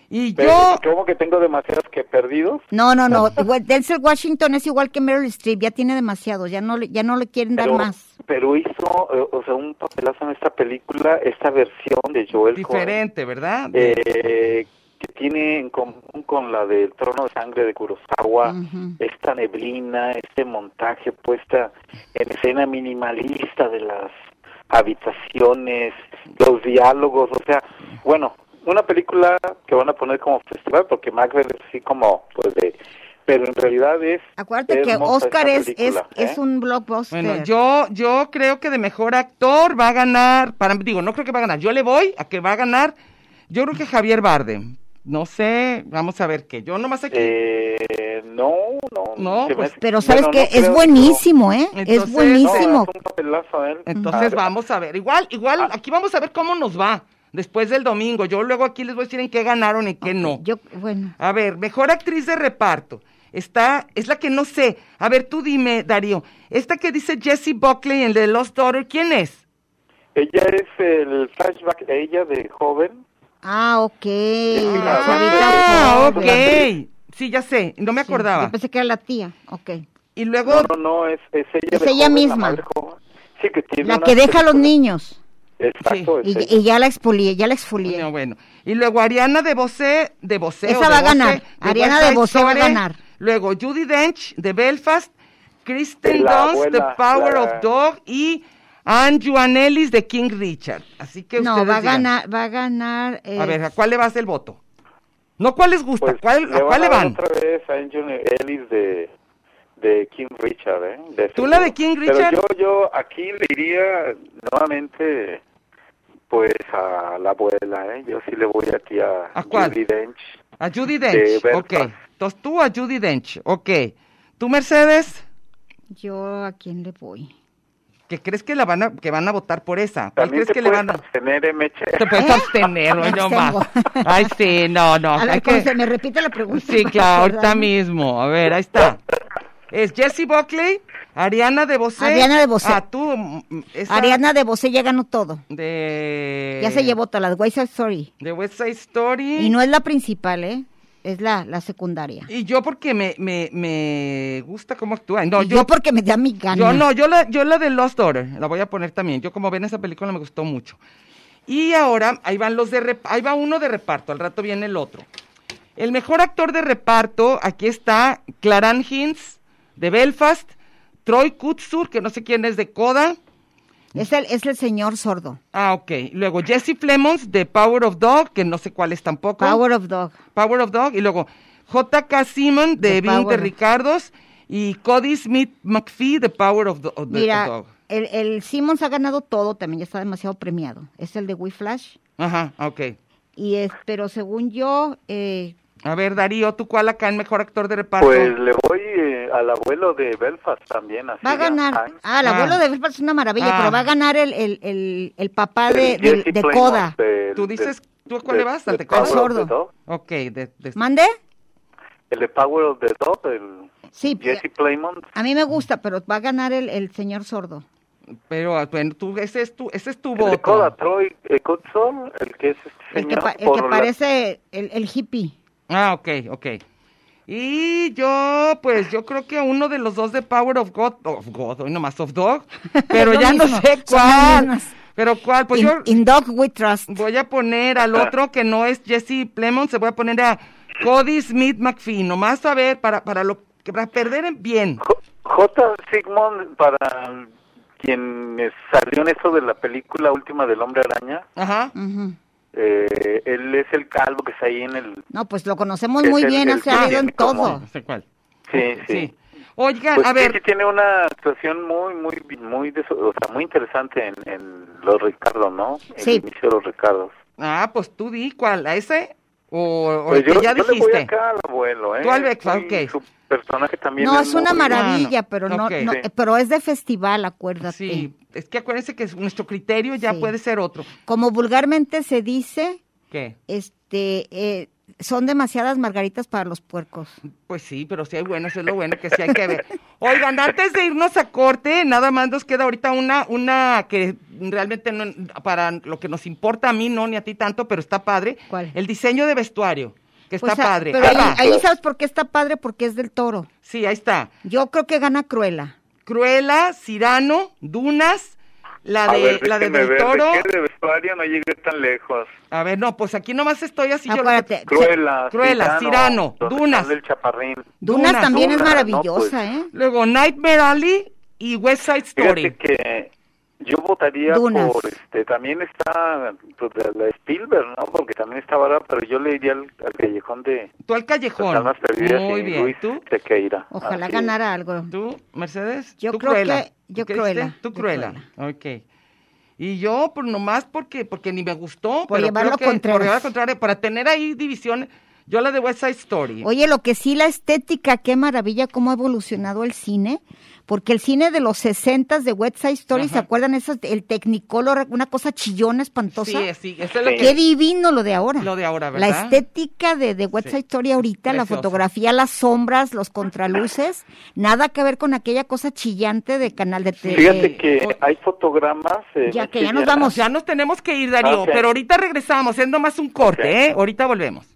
S3: Y
S5: Pero,
S3: yo,
S5: ¿Cómo que tengo demasiados que perdidos?
S4: No, no,
S3: Ah.
S4: no. Igual- Denzel Washington es igual que Meryl Streep, ya tiene demasiado, ya no, le- ya no le quieren dar
S5: Pero,
S4: más.
S5: pero hizo, eh, o sea, un papelazo en esta película, esta versión de Joel Cohen,
S3: diferente, ¿verdad?
S5: eh, que tiene en común con la del Trono de Sangre de Kurosawa,
S4: Ujú.
S5: esta neblina, este montaje puesta en escena minimalista de las habitaciones, los diálogos, o sea, bueno, una película que van a poner como festival, porque Macbeth es así como, pues, de, pero en realidad es...
S4: Acuérdate que
S5: hermosa esta
S4: Oscar es, es,
S5: película, ¿eh?
S4: es un blockbuster.
S3: Bueno, yo, yo creo que de mejor actor va a ganar, para, digo, no creo que va a ganar, yo le voy a que va a ganar, yo creo que Javier Bardem, no sé, vamos a ver qué, yo nomás aquí,
S5: Eh, no, no.
S3: No,
S5: se me
S3: pues,
S5: hace-
S4: Pero sabes
S5: bueno,
S4: que
S5: no creo,
S4: es
S5: no.
S4: buenísimo, ¿eh?
S3: Entonces,
S4: es
S5: No, es
S4: buenísimo.
S5: un papelazo, ¿eh?
S3: entonces vamos a ver, igual, igual,
S5: Ah.
S3: aquí vamos a ver cómo nos va después del domingo, yo luego aquí les voy a decir en qué ganaron y qué no.
S4: Yo, bueno,
S3: A ver, mejor actriz de reparto. Está, es la que no sé. A ver, tú dime, Darío. Esta que dice Jessie Buckley en The Lost Daughter, ¿quién es?
S5: Ella es el flashback, ella de joven.
S4: ah, ok.
S5: Ah,
S3: Ah,
S4: Sarita Ford.
S3: ok. Sí, ya sé, no me
S4: Sí,
S3: acordaba.
S4: yo pensé que era la tía, ok.
S3: Y
S5: No,
S3: luego,
S5: no, no, es, es ella
S4: Es
S5: de
S4: ella
S5: joven, la
S4: misma.
S5: madre joven. Sí, que tiene
S4: La
S5: una
S4: que deja a los
S5: película.
S4: niños.
S5: Exacto. es
S4: Y,
S5: ella.
S4: y ya la exfolié, ya la exfolié.
S3: no, bueno. Y luego Ariana de Bosé, de Bosé.
S4: Esa
S3: o de
S4: va a
S3: Bosé,
S4: ganar.
S3: de
S4: Ariana
S3: West
S4: de
S3: Side
S4: Bosé va a
S3: Story.
S4: ganar.
S3: Luego Judy Dench de Belfast, Kristen
S5: La
S3: Dunst de
S5: abuela,
S3: Power
S5: la-
S3: of Dog y Anne Joan Ellis de King Richard. Así que
S4: No,
S3: ustedes
S4: va a
S3: digan.
S4: ganar, va a ganar. eh,
S3: A ver, ¿a cuál le vas el voto? No, ¿cuál les gusta?
S5: Pues,
S3: ¿Cuál,
S5: le
S3: ¿A cuál le
S5: dar
S3: van?
S5: Otra vez a Angel Ellis de, de King Richard, ¿eh? De
S3: ¿Tú la de
S5: seguro.
S3: King Richard?
S5: Pero yo, yo aquí le iría nuevamente, pues, a la abuela, ¿eh? Yo sí le voy aquí a,
S3: ¿A cuál?
S5: Judi Dench.
S3: A Judy Dench.
S5: Belfast.
S3: ok. Entonces tú a Judy Dench. Ok. ¿Tú, Mercedes?
S4: Yo a quién le voy.
S3: ¿Que crees que, la van a, que van a votar por esa? ¿Cuál
S5: También
S3: crees
S5: te
S3: que le
S5: puedes
S3: van a.?
S5: abstener, MH.
S3: Te puedes abstener,
S4: Me
S3: no más.
S4: abstengo.
S3: Ay, sí, no, no.
S4: A
S3: hay
S4: ver,
S3: que-
S4: Conce, me repite la pregunta.
S3: Sí,
S4: para
S3: claro, ahorita
S4: acordarme.
S3: mismo. A ver, ahí está. Es Jessie Buckley, Ariana de Bosé.
S4: Ariana de Bosé.
S3: Ah, tú. mm, esa
S4: Ariana de Bosé ya ganó todo.
S3: De.
S4: Ya se llevó todas las West Side Story.
S3: De West Side Story.
S4: Y no es la principal, ¿eh? Es la, la secundaria.
S3: Y yo porque me, me, me gusta cómo actúa. No,
S4: Y yo, porque me da mi gana.
S3: Yo no, yo la, yo la de Lost Daughter, la voy a poner también. Yo como ven esa película me gustó mucho. Y ahora ahí van los de rep- ahí va uno de reparto, al rato viene el otro. El mejor actor de reparto, aquí está Claran Hinds de Belfast, Troy Kutsur, que no sé quién es de Coda.
S4: Es el, es el señor sordo.
S3: Ah, ok. Luego Jesse Plemons de Power of Dog, que no sé cuál es tampoco.
S4: Power of Dog.
S3: Power of Dog. Y luego J.K. Simon
S4: The
S3: de Being de
S4: Power.
S3: Ricardos y Cody Smith McPhee de Power of, Do- of the- of
S4: Mira,
S3: Dog.
S4: el, el Simmons ha ganado todo también, ya está demasiado premiado. Es el de We Flash.
S3: Ajá, ok.
S4: Y es, pero según yo, eh,
S3: A ver, Darío, ¿tú cuál acá el mejor actor de reparto?
S5: Pues le voy eh, al abuelo de Belfast también. Así
S4: va a
S5: ya.
S4: ganar. Ah, el
S3: Ah.
S4: abuelo de Belfast es una maravilla,
S3: Ah.
S4: pero va a ganar el, el, el, el papá
S5: El
S4: de, del-
S5: Jesse
S4: de
S5: Plemons
S4: Coda.
S5: del-
S3: ¿Tú dices- tú a cuál
S5: del-
S3: le vas?
S5: del
S3: ¿Al de Coda?
S5: Power of the
S4: Sordo.
S5: Dog.
S3: Ok, de, de-
S4: ¿Mande?
S5: El de Power of the Dog, el
S4: Sí,
S5: Jesse Plemons.
S4: a mí me gusta, pero va a ganar el, el señor sordo.
S3: pero ah, bueno, tú, ese es tu, ese es tu
S5: El de
S3: voto.
S5: Coda, Troy eh, Kotsur, el que es este
S4: El que,
S5: señor
S4: pa- el
S5: por
S4: que
S5: la-
S4: parece el, el hippie.
S3: Ah, ok, ok. Y yo, pues yo creo que uno de los dos de Power of God, of God, hoy nomás of Dog, pero
S4: Lo
S3: ya no
S4: mismo,
S3: sé
S4: son las
S3: cuál.
S4: mismas.
S3: Pero cuál, pues
S4: in,
S3: yo
S4: in Dog We Trust.
S3: voy a poner
S5: Ah.
S3: al otro que no es Jesse Plemons, se voy a poner a Cody Smith McPhee, nomás a ver, para, para, lo, para perder en bien.
S5: J. J. Sigmund, para quien salió en eso de la película última del Hombre Araña,
S3: Ajá.
S4: Ujú.
S5: eh, él es el calvo que está ahí en el...
S4: No, pues lo conocemos
S5: Es
S4: muy
S5: el-
S4: bien,
S5: el
S4: ha salido en
S5: hippie, como-
S4: todo.
S3: No sé cuál.
S5: Sí, sí.
S3: Sí. Oigan,
S5: Pues
S3: a ver.
S5: sí tiene una actuación muy, muy, muy, des- o sea, muy interesante en, en Los Ricardos, ¿no? En
S4: Sí.
S5: El inicio de Los Ricardos.
S3: Ah, pues tú di cuál, a ese o, o
S5: Pues
S3: el que
S5: yo,
S3: ya
S5: yo le voy
S3: dijiste.
S5: acá al abuelo, ¿eh?
S3: Tú al Bex,
S5: Sí,
S3: ok.
S5: Su personaje también
S4: No, es una
S5: muy-
S4: maravilla,
S3: bueno,
S4: pero no,
S3: Ah, ok.
S4: no
S5: Sí.
S4: eh, pero es de festival, acuérdate.
S3: Sí, es que acuérdense que es- nuestro criterio ya
S4: Sí.
S3: puede ser otro.
S4: Como vulgarmente se dice,
S3: ¿Qué?
S4: este eh, son demasiadas margaritas para los puercos.
S3: Pues sí, pero si hay buenas, es lo bueno que sí hay que ver. Oigan, antes de irnos a corte, nada más nos queda ahorita una, una que realmente no, para lo que nos importa a mí, no ni a ti tanto, pero está padre.
S4: ¿Cuál?
S3: El diseño de vestuario, que
S4: Pues,
S3: está
S4: ah,
S3: padre.
S4: Pero
S3: Ahí
S4: ahí,
S3: va.
S4: ahí sabes por qué está padre, porque es del toro.
S3: Sí, ahí está.
S4: Yo creo que gana Cruella.
S3: Cruella, Cirano, Dunas, la
S5: A
S3: de,
S5: ver,
S3: la de
S5: déjenme
S3: Del
S5: ver,
S3: Toro.
S5: ¿de qué de vestuario no llegué tan lejos?
S3: A ver, no, pues aquí nomás estoy así. yo lo que-
S4: Acuérdate.
S5: Cruela,
S3: Cruella, Cyrano, Dunas.
S5: del Chaparrín.
S4: Dunas,
S3: Dunas,
S4: también
S5: Dunas,
S4: es
S5: no, pues.
S4: maravillosa, ¿eh.
S3: Luego Nightmare Alley y West Side Story.
S5: Fíjate que yo votaría
S4: Dunas.
S5: por este, también está pues, la la Spielberg, ¿no? Porque también está barata, pero yo le iría al, al callejón de
S3: Tú al
S5: las
S3: callejón.
S5: almas perdidas
S3: Muy
S5: y
S3: bien.
S5: Luis
S3: ¿Tú?
S5: Sequeira.
S4: Ojalá
S5: Así es.
S4: ganara algo.
S3: ¿Tú, Mercedes?
S4: Yo
S3: ¿Tú
S4: creo
S3: Cruella?
S4: que- yo
S3: ¿Qué
S4: Cruella,
S3: dijiste? Tú
S4: yo
S3: Cruella. Ok. Y yo, por nomás porque, porque ni me gustó.
S4: Por
S3: pero
S4: llevar
S3: creo
S4: lo
S3: que-
S4: contrario.
S3: Por llevar lo contrario. Para tener ahí división, yo la de West Side Story.
S4: Oye, lo que sí, la estética, qué maravilla cómo ha evolucionado el cine, porque el cine de los 60 de West Side Story, ¿se
S3: Ajá.
S4: acuerdan? Esas, el Technicolor, una cosa chillona, espantosa.
S3: sí, sí, eso es lo
S5: Sí.
S4: Qué
S3: que...
S4: divino lo de ahora.
S3: Lo de ahora, ¿verdad?
S4: La estética de, de West
S3: Sí.
S4: Side Story ahorita, la
S3: Precioso.
S4: fotografía, las sombras, los contraluces, nada que ver con aquella cosa chillante de canal de tele.
S5: Fíjate que
S3: Oye.
S5: hay fotogramas. eh,
S4: Ya que
S5: Meche,
S4: ya nos vamos.
S3: Ya nos tenemos que ir, Darío,
S5: Ok.
S3: pero ahorita regresamos, es nomás un corte,
S5: Ok.
S3: ¿eh? Ahorita volvemos.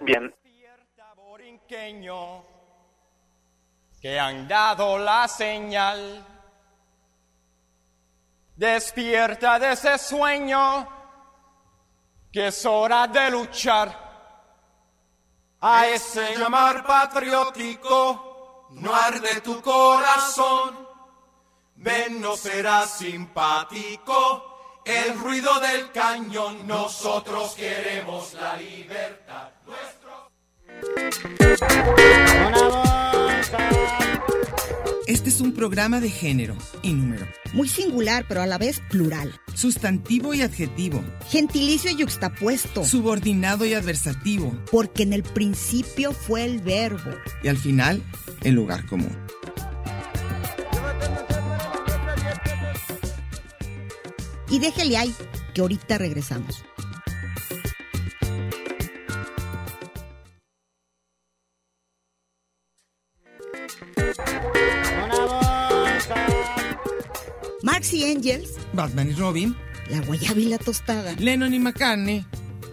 S5: Bien.
S2: Despierta, borinqueño, que han dado la señal. Despierta de ese sueño, que es hora de luchar. A ese llamar patriótico, no arde tu corazón. Ven, no será simpático el ruido del cañón. Nosotros queremos la libertad. Nuestros
S6: Este es un programa de género y número,
S1: Muy singular, pero a la vez plural.
S6: sustantivo y adjetivo,
S1: Gentilicio y yuxtapuesto.
S6: subordinado y adversativo,
S1: Porque en el principio fue el verbo.
S6: y al final, el lugar común.
S1: Y déjele ahí, que ahorita regresamos. Marx y Engels,
S6: Batman y Robin,
S1: La Guayaba y la Tostada,
S6: Lennon y McCartney,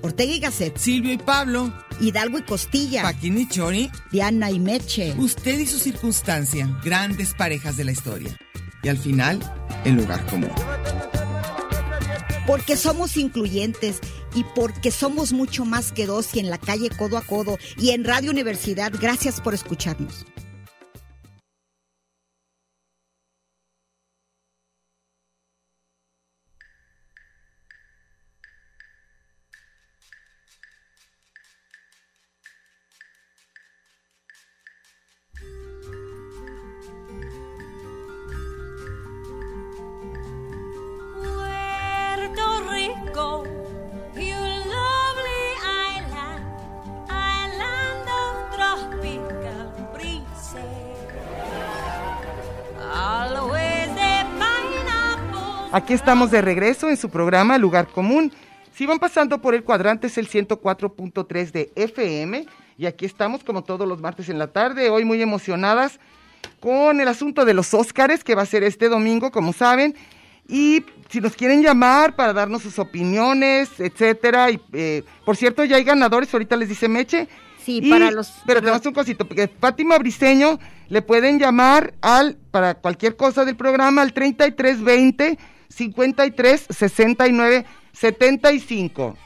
S1: Ortega y Gasset,
S6: Silvio y Pablo,
S1: Hidalgo y Costilla,
S6: Paquín y Chori,
S1: Diana y Meche.
S6: usted y su circunstancia, grandes parejas de la historia. Y al final, el lugar común.
S1: Porque somos incluyentes y porque somos mucho más que dos y en la calle codo a codo y en Radio Universidad. Gracias por escucharnos.
S7: Puerto Rico, you lovely island, island of tropical breezes. Always a pineapple.
S3: Aquí estamos de regreso en su programa Lugar Común. Si van pasando por el cuadrante es el 104.3 de FM y aquí estamos como todos los martes en la tarde, hoy muy emocionadas con el asunto de los Óscares que va a ser este domingo, como saben, y si nos quieren llamar para darnos sus opiniones, etcétera, y eh, por cierto ya hay ganadores, ahorita les dice Meche.
S4: Sí,
S3: Y-
S4: para los-
S3: Pero tenemos un cosito, porque Fátima Briseño le pueden llamar al, para cualquier cosa del programa, al 3320 53 69 75.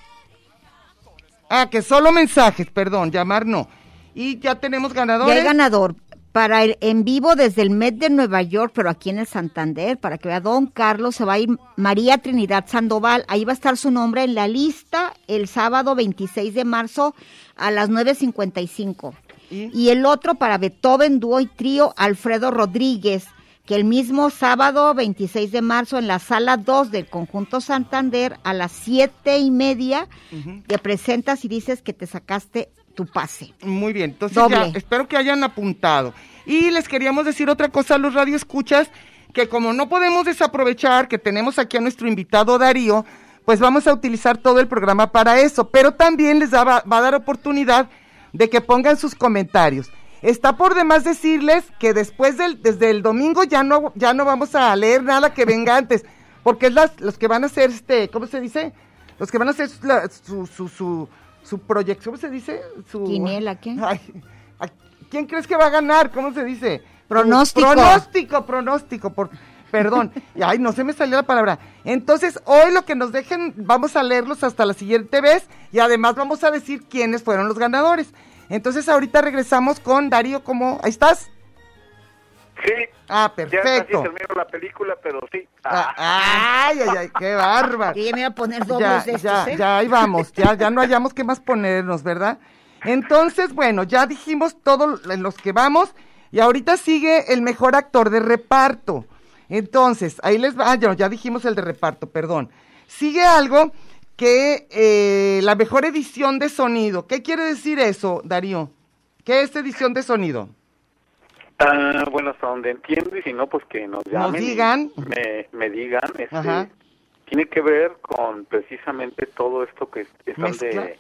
S3: Ah, que solo mensajes, perdón, llamar no. Y ya tenemos
S4: Ya
S3: ganadores.
S4: hay ganador para el en vivo desde el Met de Nueva York, pero aquí en el Santander, para que vea Don Carlos, se va a ir María Trinidad Sandoval. Ahí va a estar su nombre en la lista el sábado 26 de marzo a las 9.55.
S3: ¿Y?
S4: Y el otro para Beethoven, dúo y trío, Alfredo Rodríguez, que el mismo sábado 26 de marzo en la sala 2 del conjunto Santander a las siete y media, te presentas y dices que te sacaste tu pase.
S3: Muy bien, entonces
S4: Doble.
S3: ya, espero que hayan apuntado. Y les queríamos decir otra cosa a los radioescuchas, que como no podemos desaprovechar que tenemos aquí a nuestro invitado Darío, pues vamos a utilizar todo el programa para eso, pero también les daba- va a dar oportunidad de que pongan sus comentarios. Está por demás decirles que después del, desde el domingo ya no, ya no vamos a leer nada que venga antes, porque es las, los que van a hacer este, ¿cómo se dice? Los que van a hacer la- su, su, su, su proyección, ¿cómo se dice? Su,
S4: Quiniela, ¿qué?
S3: Ay, ¿a ¿Quién crees que va a ganar? ¿Cómo se dice? Uh,
S4: Pronóstico.
S3: Pronóstico, pronóstico, por, perdón. Ay, no se me salió la palabra. Entonces, hoy lo que nos dejen, vamos a leerlos hasta la siguiente vez y además vamos a decir quiénes fueron los ganadores. Entonces, ahorita regresamos con Darío, ¿cómo? ¿Ahí estás?
S5: Sí,
S3: Ah,
S5: ya casi
S3: perfecto.
S5: termino la película, pero sí.
S3: Ah, Ay, ay, ay, qué bárbaro.
S4: Yo ya me iba a poner dobles
S3: ya,
S4: de estos,
S3: ya,
S4: ¿eh?
S3: ya, ahí vamos, ya, ya no hayamos qué más ponernos, ¿verdad? Entonces, bueno, ya dijimos todos los que vamos y ahorita sigue el mejor actor de reparto. Entonces, ahí les va, ah, ya, ya dijimos el de reparto, perdón. Sigue algo que eh, la mejor edición de sonido. ¿Qué quiere decir eso, Darío? ¿Qué es edición de sonido?
S5: Ah, bueno, hasta donde entiendo y si no, pues que nos llamen. y
S3: digan.
S5: Me, me digan. Este,
S3: Ajá.
S5: Tiene que ver con precisamente todo esto que están
S3: Mezcla.
S5: de,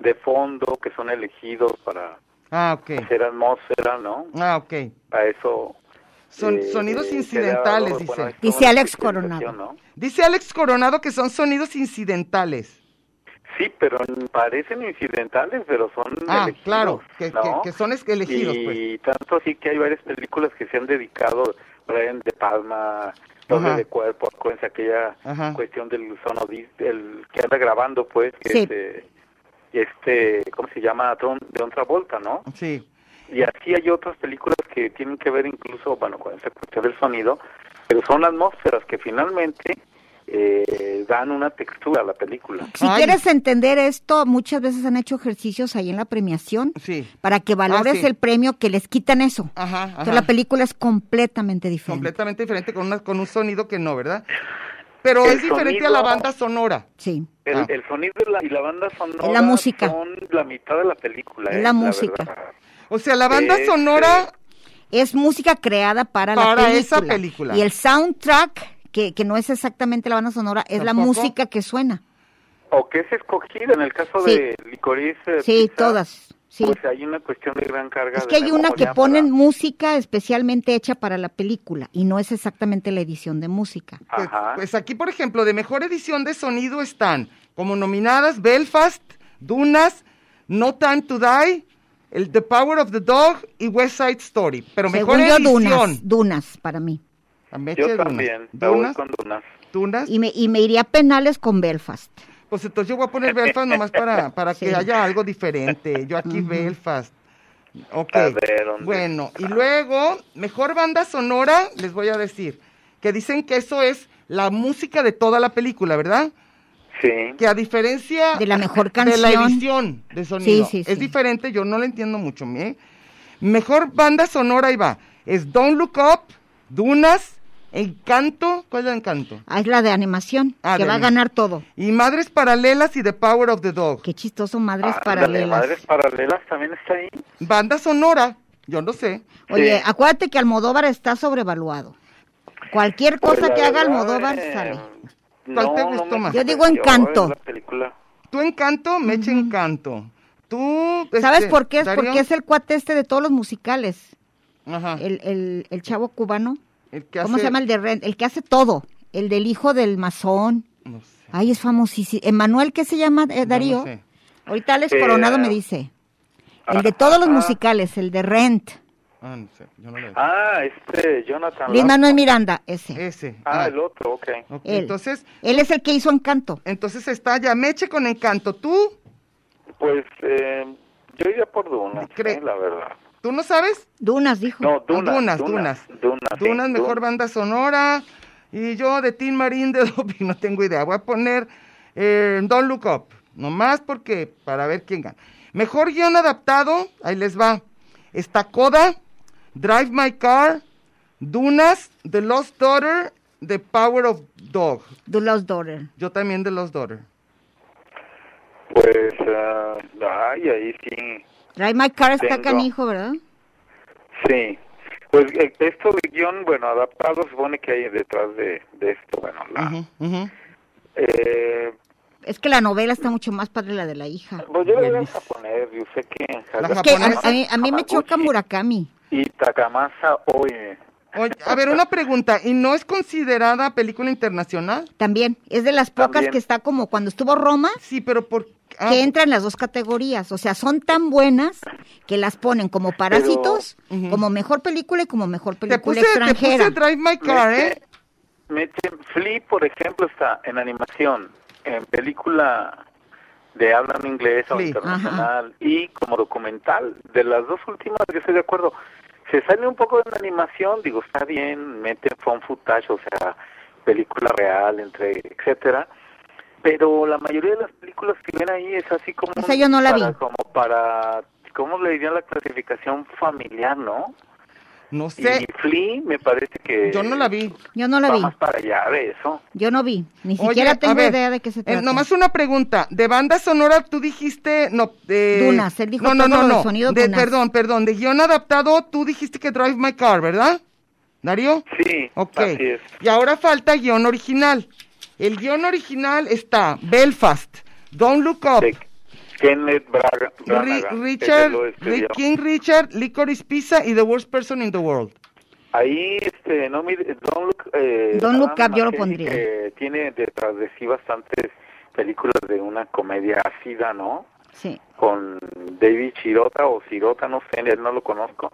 S5: de fondo, que son elegidos para
S3: Ah, ok.
S5: hacer atmósfera, ¿no?
S3: Ah, ok.
S5: A eso.
S3: Son- sonidos
S5: se le ha
S3: incidentales,
S5: dado,
S3: dice.
S5: es toda
S4: Dice
S5: una
S4: Alex
S5: especialización,
S4: Coronado.
S5: ¿no?
S3: Dice Alex Coronado que son sonidos incidentales.
S5: Sí, pero parecen incidentales, pero son
S3: Ah,
S5: elegidos,
S3: claro, que- que-
S5: ¿no?
S3: que son es- elegidos,
S5: y,
S3: pues.
S5: tanto así que hay varias películas que se han dedicado, Brian De Palma, Doble
S3: Ajá.
S5: de Cuerpo, acuérdense aquella
S3: Ajá.
S5: cuestión del sonodis, el que anda grabando, pues, que
S4: Sí.
S5: este, este, ¿cómo se llama? Tron- De otra vuelta, ¿no?
S3: Sí.
S5: Y así hay otras películas que tienen que ver incluso, bueno, con esa cuestión del sonido, pero son atmósferas que finalmente eh, dan una textura a la película.
S4: Si
S3: Ay.
S4: quieres entender esto, muchas veces han hecho ejercicios ahí en la premiación
S3: Sí.
S4: para que valores
S3: Ah, sí.
S4: el premio que les quitan eso.
S3: Ajá,
S4: Entonces
S3: ajá.
S4: la película es completamente diferente.
S3: Completamente diferente, con, una, con un sonido que no, ¿verdad? Pero
S5: El
S3: es diferente a la
S5: sonido-
S3: banda sonora.
S4: sí.
S5: El,
S3: Ah.
S5: el sonido y la, y la banda sonora
S4: Es la música.
S5: son la mitad de la película.
S4: Es
S5: eh,
S4: la música.
S5: verdad.
S3: O sea, la banda
S5: Este-
S3: sonora,
S4: Es música creada para, la
S3: Para
S4: película.
S3: esa película.
S4: Y el soundtrack, que, que no es exactamente la banda sonora, es la
S3: Tampoco.
S4: música que suena.
S5: O que es escogida en el caso
S4: Sí.
S5: de Licorice.
S4: Sí,
S5: Pizza,
S4: todas. Sí.
S5: Pues hay una cuestión de gran carga.
S4: Es que
S5: de
S4: hay una que
S5: memoria
S4: ponen
S5: para-
S4: música especialmente hecha para la película y no es exactamente la edición de música.
S3: pues,
S5: Ajá.
S3: pues aquí, por ejemplo, de mejor edición de sonido están como nominadas Belfast, Dunas, No Time to Die, el The Power of the Dog y West Side Story. Pero mejor
S4: Según yo,
S3: edición.
S4: dunas, dunas para mí.
S3: La mecha de
S5: Yo
S3: Dunas.
S5: también. la voy
S3: Dunas,
S5: con Dunas.
S3: Dunas.
S4: Y me, y me iría a penales con Belfast.
S3: Pues entonces yo voy a poner Belfast nomás para, para
S4: Sí.
S3: que haya algo diferente. Yo aquí Belfast. Ok.
S5: A ver, ¿dónde
S3: bueno, y
S5: está?
S3: luego, mejor banda sonora, les voy a decir, que dicen que eso es la música de toda la película, ¿verdad?
S5: Sí.
S3: Que a diferencia
S4: De la mejor
S3: de la
S4: canción.
S3: edición de sonido,
S4: Sí, sí,
S3: es
S4: sí.
S3: diferente, yo no la entiendo mucho, ¿me? Mejor banda sonora, ahí va, es Don't Look Up, Dunas, Encanto, ¿cuál es el Encanto?
S4: Ah, es la de animación,
S3: Ah,
S4: que
S3: de
S4: va a
S3: anima-
S4: ganar todo.
S3: Y Madres Paralelas y The Power of the Dog.
S4: Qué chistoso, Madres
S5: Ah, Ándale,
S4: Paralelas.
S5: Madres Paralelas también está ahí.
S3: Banda sonora, yo no sé.
S4: Oye,
S5: Sí.
S4: acuérdate que Almodóvar está sobrevaluado. Cualquier cosa
S5: Pues, la
S4: que haga
S5: verdad,
S4: Almodóvar
S5: eh,
S4: sale.
S3: ¿Cuál
S5: no,
S3: te
S5: no
S3: gustó
S5: me
S3: más?
S4: Yo digo
S5: convenció
S4: Encanto.
S5: la película.
S3: Tú encanto, me echa encanto. Tú.
S4: ¿Sabes
S3: este,
S4: por qué? Es
S3: Darío?
S4: porque es el cuate este de todos los musicales.
S3: Ajá.
S4: El, el, el chavo cubano.
S3: el Ah. que
S4: ¿Cómo
S3: hace-
S4: se llama el de Rent? El que hace todo. El del hijo del masón.
S3: No sé.
S4: Ay, es famosísimo. Emanuel, ¿qué se llama, eh,
S3: no
S4: Ah, Darío?
S3: sé.
S4: Ahorita Alex
S5: Eh,
S4: Coronado me dice. El de todos los musicales, el de Rent.
S3: Ah, no sé. Yo no lo
S5: Ah, este, Jonathan.
S4: Lin
S5: Lam-
S4: Manuel Miranda, ese.
S3: Ese.
S5: Ah,
S3: ah,
S5: el otro, ok.
S3: ok,
S4: Él.
S3: Entonces,
S4: Él es el que hizo Encanto.
S3: entonces está ya Meche con encanto. Tú,
S5: Pues eh, yo iría por Dunas,
S3: Cre-
S5: eh, la verdad.
S3: tú no sabes.
S4: Dunas, dijo.
S5: No, Dunas.
S3: Dunas,
S5: Dunas,
S3: Dunas.
S5: Dunas, sí,
S3: Dunas, mejor
S5: Dunas.
S3: banda sonora. Y yo de Tim Marín de Doping, no tengo idea. Voy a poner eh, Don't Look Up, nomás porque, para ver quién gana. Mejor guión adaptado, ahí les va. Está Coda, Drive My Car, Dunas, The Lost Daughter, The Power of Dog.
S4: The Lost Daughter.
S3: Yo también The Lost Daughter.
S5: Pues, ah, ay, ahí sí.
S4: Drive My Car está
S5: Tengo.
S4: canijo, ¿verdad?
S5: Sí. Pues eh, esto de guión, bueno, adaptado, supone que hay detrás de, de esto, bueno, la.
S3: Ujú, ujú.
S5: eh,
S4: Es que la novela está mucho más padre la de la hija.
S5: pues yo le voy a japonés, yo sé que.
S3: La
S4: Es que
S3: japonesa.
S4: a, a mí, a mí me choca
S5: Hamaguchi
S4: Murakami.
S5: Y Takamasa Oe.
S3: Oye, a ver, una pregunta. ¿Y no es considerada película internacional?
S4: También. Es de las pocas
S5: También.
S4: que está como cuando estuvo Roma,
S3: Sí, pero por... ah,
S4: que entra en las dos categorías. O sea, son tan buenas que las ponen como parásitos,
S3: Ujú.
S4: como mejor película y como mejor
S3: te
S4: película
S3: puse, te
S4: extranjera.
S3: puse Drive My Car, ¿eh?
S5: Mete- mete- Flea, por ejemplo, está en animación, en película de habla en inglés o
S3: Flea,
S5: internacional y como documental. De las dos últimas, yo estoy de acuerdo. Se sale un poco de la animación, digo, está bien, mete phone footage, o sea, película real, entre etcétera. Pero la mayoría de las películas que ven ahí es así como...
S4: Esa yo no la
S5: para-
S4: vi.
S5: Como para... ¿Cómo le dirían la clasificación familiar, no?
S3: No sé.
S5: Y Flea me parece que...
S3: Yo no la vi.
S4: Yo no la
S5: va
S4: vi.
S5: más para allá de eso.
S4: Yo no vi. Ni
S3: Oye,
S4: siquiera
S3: a
S4: tengo
S3: ver,
S4: idea de qué se
S3: eh,
S4: trata.
S3: nomás una pregunta. De banda sonora, tú dijiste. No, de-
S4: Dunas, él dijo
S3: no, no,
S4: todo
S3: no,
S4: lo de
S3: no.
S4: sonido
S3: De-
S4: Dunas.
S3: Perdón, perdón. De guión adaptado, tú dijiste que Drive My Car, ¿verdad? ¿Darío?
S5: Sí,
S3: Ok.
S5: así es.
S3: Y ahora falta guión original. El guión original está Belfast, Don't Look Up,
S5: De Kenneth Braga,
S3: Ri-
S5: Branagh,
S3: Richard,
S5: ese lo escribió.
S3: Ri- King Richard, Licorice Pizza y The Worst Person in the World.
S5: Ahí, este, no mire, Don't Look, eh,
S4: Don't Look
S5: Adam
S4: Up, yo lo
S5: McKenzie,
S4: pondría.
S5: que tiene detrás de sí bastantes películas de una comedia ácida, ¿no?
S4: Sí.
S5: Con David Chirota o Chirota, no sé, él no lo conozco.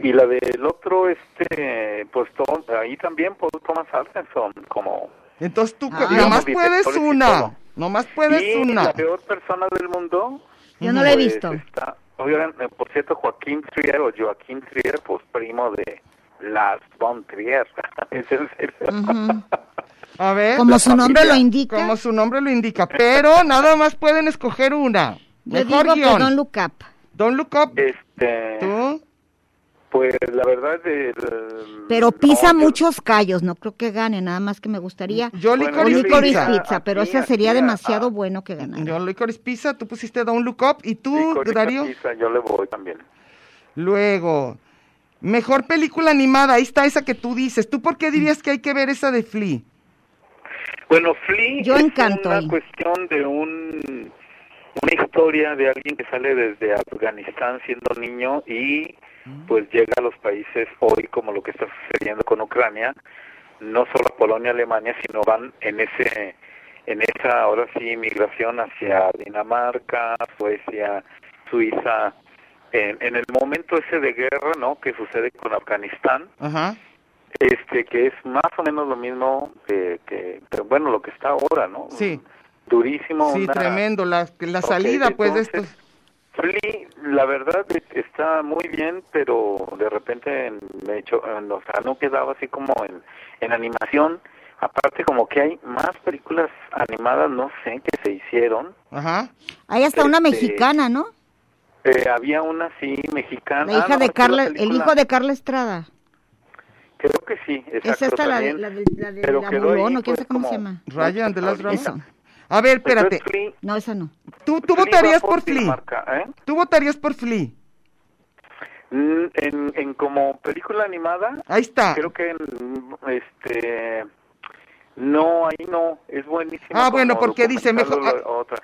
S5: Y la del otro, este, pues Tom- ahí también, por Thomas Alfredson, como
S3: Entonces tú,
S4: Ah.
S3: nomás
S5: Digamos, de
S3: puedes
S5: actores y
S3: una.
S5: todo.
S3: Nomás puedes
S5: y
S3: una.
S5: la peor persona del mundo.
S4: Yo no la he
S5: pues,
S4: visto.
S5: está- oigan, eh, por cierto, Joaquín Trier o Joaquín Trier, pues primo de Las Von Trier. es en serio.
S4: Ujú.
S3: A ver.
S4: Como
S3: la
S4: su nombre
S3: familia,
S4: lo indica.
S3: Como su nombre lo indica, pero nada más pueden escoger una.
S4: Yo
S3: Mejor
S4: digo
S3: guión.
S4: que Don Look Up.
S3: Don't look up.
S5: Este,
S3: ¿Tú?
S5: pues la verdad, el-
S4: Pero pisa
S5: no, yo-
S4: muchos callos, no creo que gane, nada más que me gustaría.
S3: Mm, Yo
S5: Bueno,
S3: licorice
S5: yo le
S4: Licorice
S5: pizza.
S4: pizza, pero
S5: Aquí,
S4: esa sería
S5: aquí, a-
S4: demasiado
S5: a-
S4: bueno que ganara.
S3: Yo licorice pizza, tú pusiste Don't look up y tú,
S5: Licorice
S3: Darío.
S5: Pizza, yo le voy también.
S3: Luego, mejor película animada, ahí está esa que tú dices. ¿Tú por qué dirías que hay que ver esa de Flea?
S5: Bueno, Flea
S4: Yo
S5: es
S4: encanto
S5: una
S4: ahí.
S5: cuestión de un, una historia de alguien que sale desde Afganistán siendo niño y
S4: Mm.
S5: pues llega a los países hoy como lo que está sucediendo con Ucrania, no solo a Polonia, Alemania, sino van en ese en esa ahora sí migración hacia Dinamarca, Suecia, Suiza, en, en el momento ese de guerra, ¿no? que sucede con Afganistán
S3: Ajá.
S5: este que es más o menos lo mismo eh, que pero bueno lo que está ahora no
S3: Sí.
S5: durísimo
S3: Sí,
S5: una-
S3: tremendo. La, la
S5: Ok,
S3: salida, pues, de
S5: entonces,
S3: estos.
S5: Flea, la verdad es que está muy bien pero de repente me hecho o sea no quedaba así como en, en animación aparte como que hay más películas animadas no sé que se hicieron
S3: Ajá.
S4: Hay hasta una
S5: Este,
S4: mexicana, ¿no?
S5: Eh, había una sí mexicana
S4: La hija
S5: Ah, no, es que
S4: de
S5: la
S4: Carla, el
S5: película-
S4: hijo de Carla Estrada.
S5: creo que sí exacto,
S4: ¿Es esta la de
S5: también,
S4: la, del- la de
S5: pero
S4: la
S5: quedó ahí,
S4: Bulbón o quién
S5: pues,
S4: sabe cómo se
S5: como-
S4: llama?
S3: Ryan de las
S5: Ahorita.
S3: Dramas. A ver, espérate.
S5: Entonces, Flea-
S4: No, esa no.
S3: ¿Tú, tú
S5: Flea
S3: votarías
S5: va
S3: por Flea?
S5: Dinamarca, ¿eh?
S3: ¿Tú votarías por Flea?
S5: Mm, En, en como película animada,
S3: Ahí está.
S5: creo que mm, este no, ahí no, es buenísimo.
S3: Ah, bueno,
S5: como
S3: porque dice mejor- ah.
S5: documentarlo, lo- otra.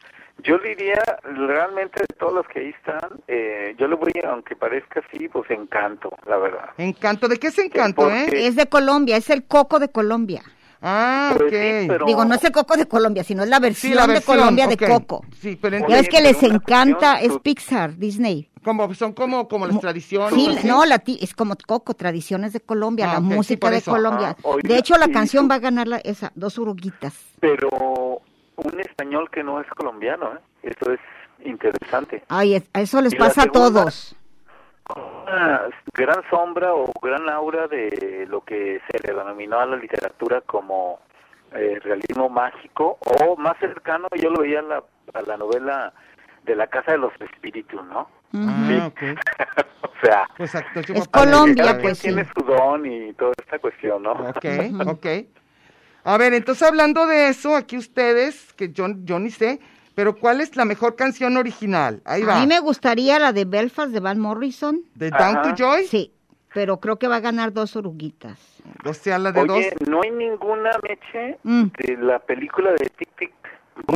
S5: Yo diría, realmente de todas las que ahí están, eh, yo le voy, aunque parezca así, pues encanto, la verdad.
S3: Encanto. ¿De qué es Encanto,
S5: Eh,
S3: eh?
S5: porque-
S4: Es de Colombia, es el coco de Colombia.
S3: Ah,
S5: Pues sí,
S3: ok.
S5: pero-
S4: Digo, no es el coco de Colombia, sino es la versión,
S3: Sí, la
S4: de
S3: versión,
S4: Colombia
S3: ok.
S4: de coco.
S3: Sí, pero
S4: ya
S5: Oye,
S4: ves
S3: entonces,
S4: que les
S5: pero una
S4: encanta,
S5: cuestión,
S4: es
S5: tú-
S4: Pixar, Disney.
S3: como, son como, como las
S4: Mu-
S3: tradiciones.
S4: Sí,
S3: así.
S4: no, la ti- es como Coco, tradiciones de Colombia,
S3: Ah,
S4: la
S3: ok, sí,
S4: música
S3: por
S4: de
S3: eso.
S4: Colombia.
S5: Ah, oiga,
S4: de hecho, la
S5: y
S4: canción
S5: tú-
S4: va a ganar la, esa, dos uruguitas.
S5: Pero un español que no es colombiano, ¿eh? Eso es interesante.
S4: Ay, es- a eso les
S5: Y la
S4: pasa a
S5: segunda-
S4: todos.
S5: una gran sombra o gran aura de lo que se le denominó a la literatura como eh, realismo mágico o más cercano yo lo veía a la, a la novela de la casa de los espíritus no
S3: Ah, ok.
S5: o sea
S3: Pues acto-
S4: Es Colombia,
S5: cada quien
S4: pues, sí.
S5: tiene su don y toda esta cuestión no
S3: Ok, ok. A ver, entonces hablando de eso, aquí ustedes, que yo, yo ni sé, pero ¿cuál es la mejor canción original? Ahí va.
S4: A mí me gustaría la de Belfast de Van Morrison.
S3: ¿De Down
S5: Ajá.
S3: to Joy?
S4: Sí, pero creo que va a ganar dos oruguitas.
S3: O sea, la de
S5: oye
S3: dos.
S5: no hay ninguna meche
S4: Mm.
S5: de la película de Tic Tic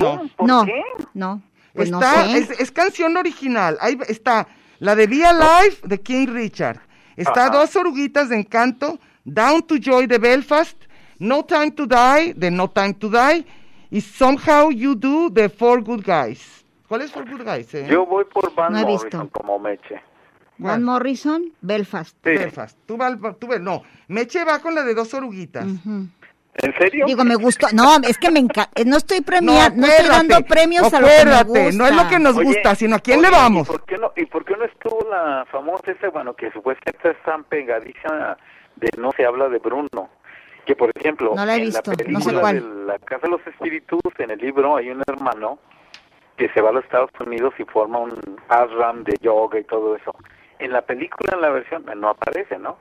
S3: No.
S5: ¿Por
S4: no,
S5: qué?
S4: no, pues no
S3: está,
S4: sé.
S3: es, es canción original. Ahí va- está la de Via Life de King Richard. Está
S5: Ajá.
S3: Dos Oruguitas de Encanto, Down to Joy de Belfast, No Time to Die de No Time to Die y Somehow You Do de Four Good Guys. ¿Cuál es Four Good Guys? eh?
S5: yo voy por Van
S4: No he visto.
S5: Morrison como meche
S3: ¿Cuál?
S4: Van Morrison, Belfast.
S5: Sí.
S3: Belfast. Tú, vas- tú, ves- no, Meche va con la de dos oruguitas.
S4: Ujú.
S5: en serio
S4: Digo, me gustó. No, es que me encanta. No estoy premiando, no, estoy
S3: acuérdate,
S4: dando premios a lo que me
S3: acuérdate,
S4: gusta.
S3: no es lo que nos
S5: Oye,
S3: gusta, sino a quién
S5: oye,
S3: le vamos.
S5: ¿y por, qué no, ¿Y por qué no estuvo la famosa esa, bueno, que supuestamente está tan pegadiza de No se habla de Bruno? Que, por ejemplo,
S4: No la he
S5: en
S4: visto, no
S5: la
S4: sé
S5: película
S4: cuál.
S5: de La Casa de los Espíritus, en el libro, hay un hermano que se va a los Estados Unidos y forma un ashram de yoga y todo eso. En la película, en la versión, no aparece, ¿no?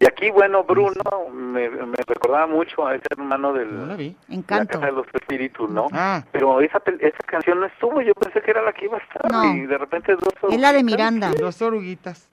S5: Y aquí, bueno,
S4: Pues
S5: Bruno me, me recordaba mucho a ese hermano del...
S3: No la vi.
S4: Encanto.
S5: La Casa de los Espíritus, ¿no?
S3: Ah.
S5: Pero esa, pel- esa canción no estuvo, yo pensé que era la que iba a estar.
S4: No.
S5: Y de repente dos
S4: Es la de Miranda.
S3: Dos oruguitas.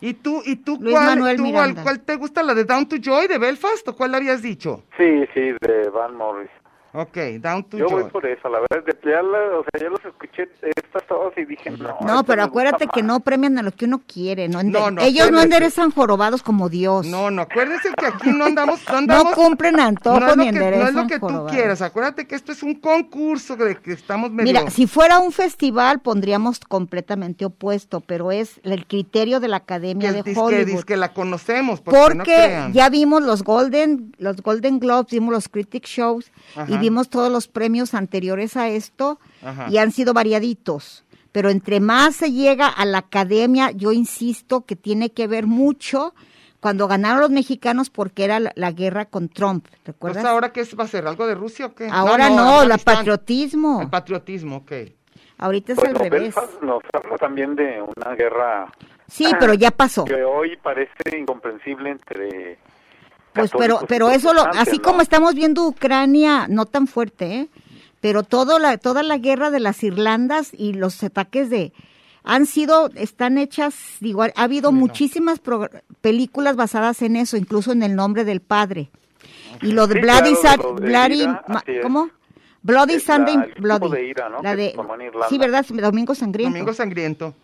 S3: ¿Y tú, y tú,
S4: Luis
S3: cuál,
S4: Manuel
S3: tú al-
S4: Miranda.
S3: cuál te gusta? ¿La de Down to Joy de Belfast o cuál habías dicho?
S5: Sí, sí, de Van Morris.
S3: Ok, Down to
S5: Yo
S3: Joy.
S5: voy por esa, la verdad, de ya la- o sea, yo los escuché estas todas y dije, no.
S4: No,
S5: esta
S4: pero
S5: me gusta
S4: acuérdate que
S5: más.
S4: no premian a lo que uno quiere. No, ende-
S3: No, no,
S4: Ellos no
S3: acuérdate.
S4: enderezan jorobados como Dios.
S3: No, no, acuérdense que aquí no andamos... No,
S4: No
S3: andamos-
S4: cumplen antojos
S3: no es lo
S4: ni
S3: que- No es lo
S4: enderezan
S3: que tú
S4: jorobados.
S3: quieras, acuérdate que esto es un concurso de que estamos medio...
S4: Mira, si fuera un festival pondríamos completamente opuesto, pero es el criterio de la
S3: que,
S4: Academia
S3: el
S4: de
S3: dis- que,
S4: Hollywood.
S3: dis- que la conocemos, porque,
S4: porque
S3: no crean.
S4: ya vimos los Golden, los Golden Globes, vimos los Critic Shows y
S3: Ajá.
S4: vimos todos los premios anteriores a esto
S3: Ajá.
S4: y han sido variaditos. Pero entre más se llega a la academia, yo insisto que tiene que ver mucho cuando ganaron los mexicanos porque era la, la guerra con Trump, ¿recuerdas?
S3: Pues ahora qué es? va a ser algo de Rusia o qué?
S4: Ahora no, el
S3: Afganistán.
S4: patriotismo.
S3: El patriotismo, ok.
S4: Ahorita es
S5: Bueno,
S4: al revés.
S5: Belfast nos habla también de una guerra
S4: Sí, pero ya pasó.
S5: que hoy parece incomprensible entre
S4: Pues pero
S5: católicos y
S4: pero eso lo,
S5: protestantes,
S4: así
S5: ¿no?
S4: como estamos viendo Ucrania no tan fuerte, ¿eh? pero todo la toda la guerra de las Irlandas y los ataques de han sido están hechas digo ha habido muchísimas pro- películas basadas en eso, incluso en el nombre del padre. Y lo de
S5: Sí,
S4: Bloody Sun-
S5: claro, lo de
S4: Bloody
S5: Ira,
S4: ma-
S5: así es.
S4: ¿cómo? Bloody
S5: Es la-
S4: Sunday
S5: el grupo
S4: Bloody.
S5: de Ira, ¿no?
S4: La
S5: que
S4: de-
S5: se formó en Irlanda.
S4: Sí, verdad, Domingo Sangriento.
S3: Domingo Sangriento.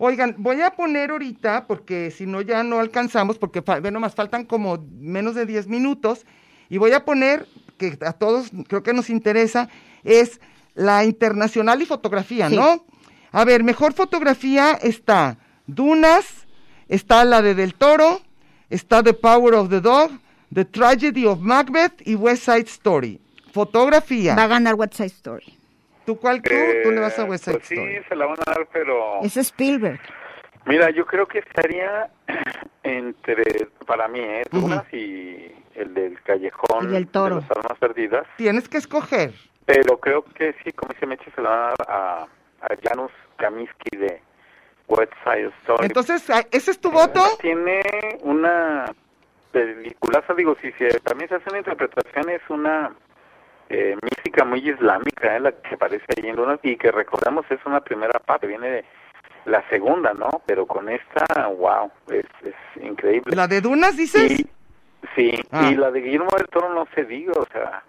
S3: Oigan, voy a poner ahorita, porque si no ya no alcanzamos, porque fa- bueno, más faltan como menos de 10 minutos, y voy a poner, que a todos creo que nos interesa, es la internacional y fotografía,
S4: Sí.
S3: ¿no? A ver, mejor fotografía está Dunas, está la de Del Toro, está The Power of the Dog, The Tragedy of Macbeth y West Side Story. Fotografía.
S4: Va a ganar West Side Story.
S3: ¿Tú cuál tú?
S5: Eh,
S3: Tú le vas a West Side
S5: pues sí,
S3: Story.
S5: se la van a dar, pero
S4: Es Spielberg.
S5: mira, yo creo que estaría entre, para mí, ¿eh?
S3: Ujú.
S5: Dunas y el del callejón
S4: Y del toro.
S5: de las almas perdidas,
S3: Tienes que escoger.
S5: pero creo que sí, como dice Meche, se la van a dar a, a Janusz Kaminski de West Side Story.
S3: Entonces, ah, ¿ese es tu voto?
S5: Eh, Tiene una peliculaza, digo, si se- también se hace una interpretación, es una eh, mística muy islámica, eh, la que aparece ahí en Dunas, y que recordamos es una primera parte, viene de la segunda, ¿no? Pero con esta, wow, es, es increíble.
S3: ¿La de Dunas dices?
S5: Y- sí,
S3: Ah.
S5: y la de Guillermo del Toro no se diga, o sea,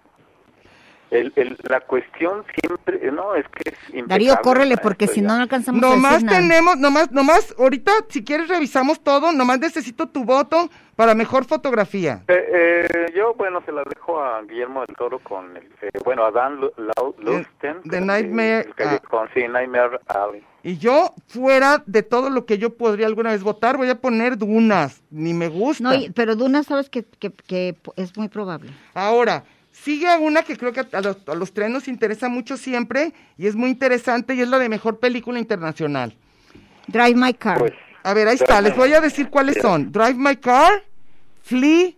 S5: el, el- la cuestión siempre, no, es que es
S4: Darío,
S5: impecable,
S4: córrele
S5: maestro,
S4: porque si
S5: ya.
S4: no no alcanzamos a
S3: Nomás
S4: decir nada.
S3: tenemos, nomás, nomás, ahorita si quieres revisamos todo, nomás necesito tu voto para mejor fotografía.
S5: Eh, eh, yo, bueno, se la dejo a Guillermo del Toro con, el, eh, bueno, a Dan Lu- Lau-
S4: Eh,
S5: Lusten.
S3: The
S5: con
S3: Nightmare-
S5: el
S4: ah.
S5: callejón, sí, Nightmare Alley.
S3: Y yo, fuera de todo lo que yo podría alguna vez votar, voy a poner Dunas, ni me gusta.
S4: No, y- pero Duna sabes que, que- que es muy probable.
S3: Ahora, sigue una que creo que a los, a los tres nos interesa mucho siempre y es muy interesante y es la de mejor película internacional.
S4: Drive My Car.
S5: Pues,
S3: A ver, ahí está, les voy a decir cuáles son. Drive My Car, Flea,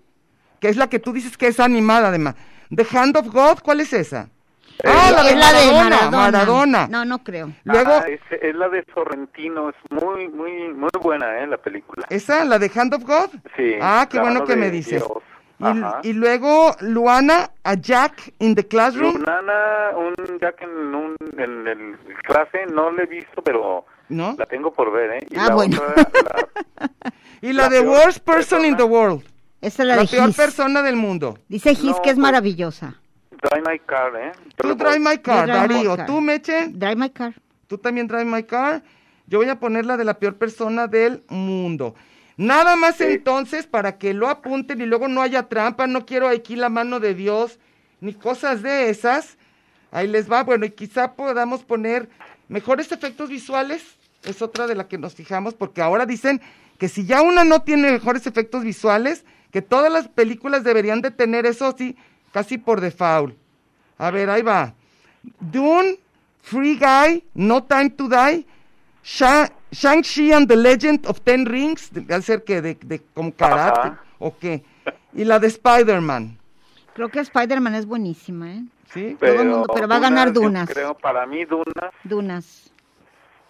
S3: que es la que tú dices que es animada además. The Hand of God, ¿cuál es esa? Ah, la de
S4: Eh, Es la de
S3: Maradona,
S4: Maradona.
S3: Maradona.
S4: No, no creo.
S3: Luego,
S5: ah, es, es la de Sorrentino, es muy, muy, muy buena, ¿eh? La película.
S3: ¿esa? ¿La de Hand of God?
S5: Sí,
S3: Ah, qué
S5: la
S3: bueno
S5: mano
S3: que
S5: de
S3: me dices.
S5: Dios. Ajá.
S3: Y, y luego, Luana, a Jack in the Classroom.
S5: Lunana, un Jack en, un, en el clase, no la he visto, pero
S3: ¿No?
S5: la tengo por ver, ¿eh? Y
S4: Ah,
S5: la
S4: bueno.
S5: otra, la-
S3: Y la,
S5: la
S3: de
S5: peor
S3: Worst Person in the
S5: persona.
S3: World.
S4: Esa es la,
S3: La
S4: de
S3: peor
S4: His.
S3: persona del mundo.
S4: Dice His
S5: No,
S4: que es
S5: pues-
S4: maravillosa.
S5: Drive My Car, ¿eh? Yo le
S3: Tú
S5: voy-
S3: Drive My Car,
S4: Drive My
S3: Darío.
S4: Car.
S3: Tú, Meche,
S4: Drive My Car.
S3: tú también Drive My Car. Yo voy a poner la de la peor persona del mundo. Nada más entonces para que lo apunten y luego no haya trampa, no quiero aquí la mano de Dios ni cosas de esas. Ahí les va, bueno, y quizá podamos poner mejores efectos visuales, es otra de la que nos fijamos, porque ahora dicen que si ya una no tiene mejores efectos visuales, que todas las películas deberían de tener eso, sí, casi por default. A ver, ahí va. Dune, Free Guy, No Time to Die, Sha- Shang-Chi and the Legend of Ten Rings, de, hacer que de, de como karate,
S5: Ajá.
S3: o qué. Y la de Spider-Man,
S4: Creo que Spider-Man es buenísima, ¿eh?
S3: ¿sí?
S4: Todo el mundo, pero va a ganar
S5: yo
S4: Dunas.
S5: Creo, para mí Dunas,
S4: Dunas.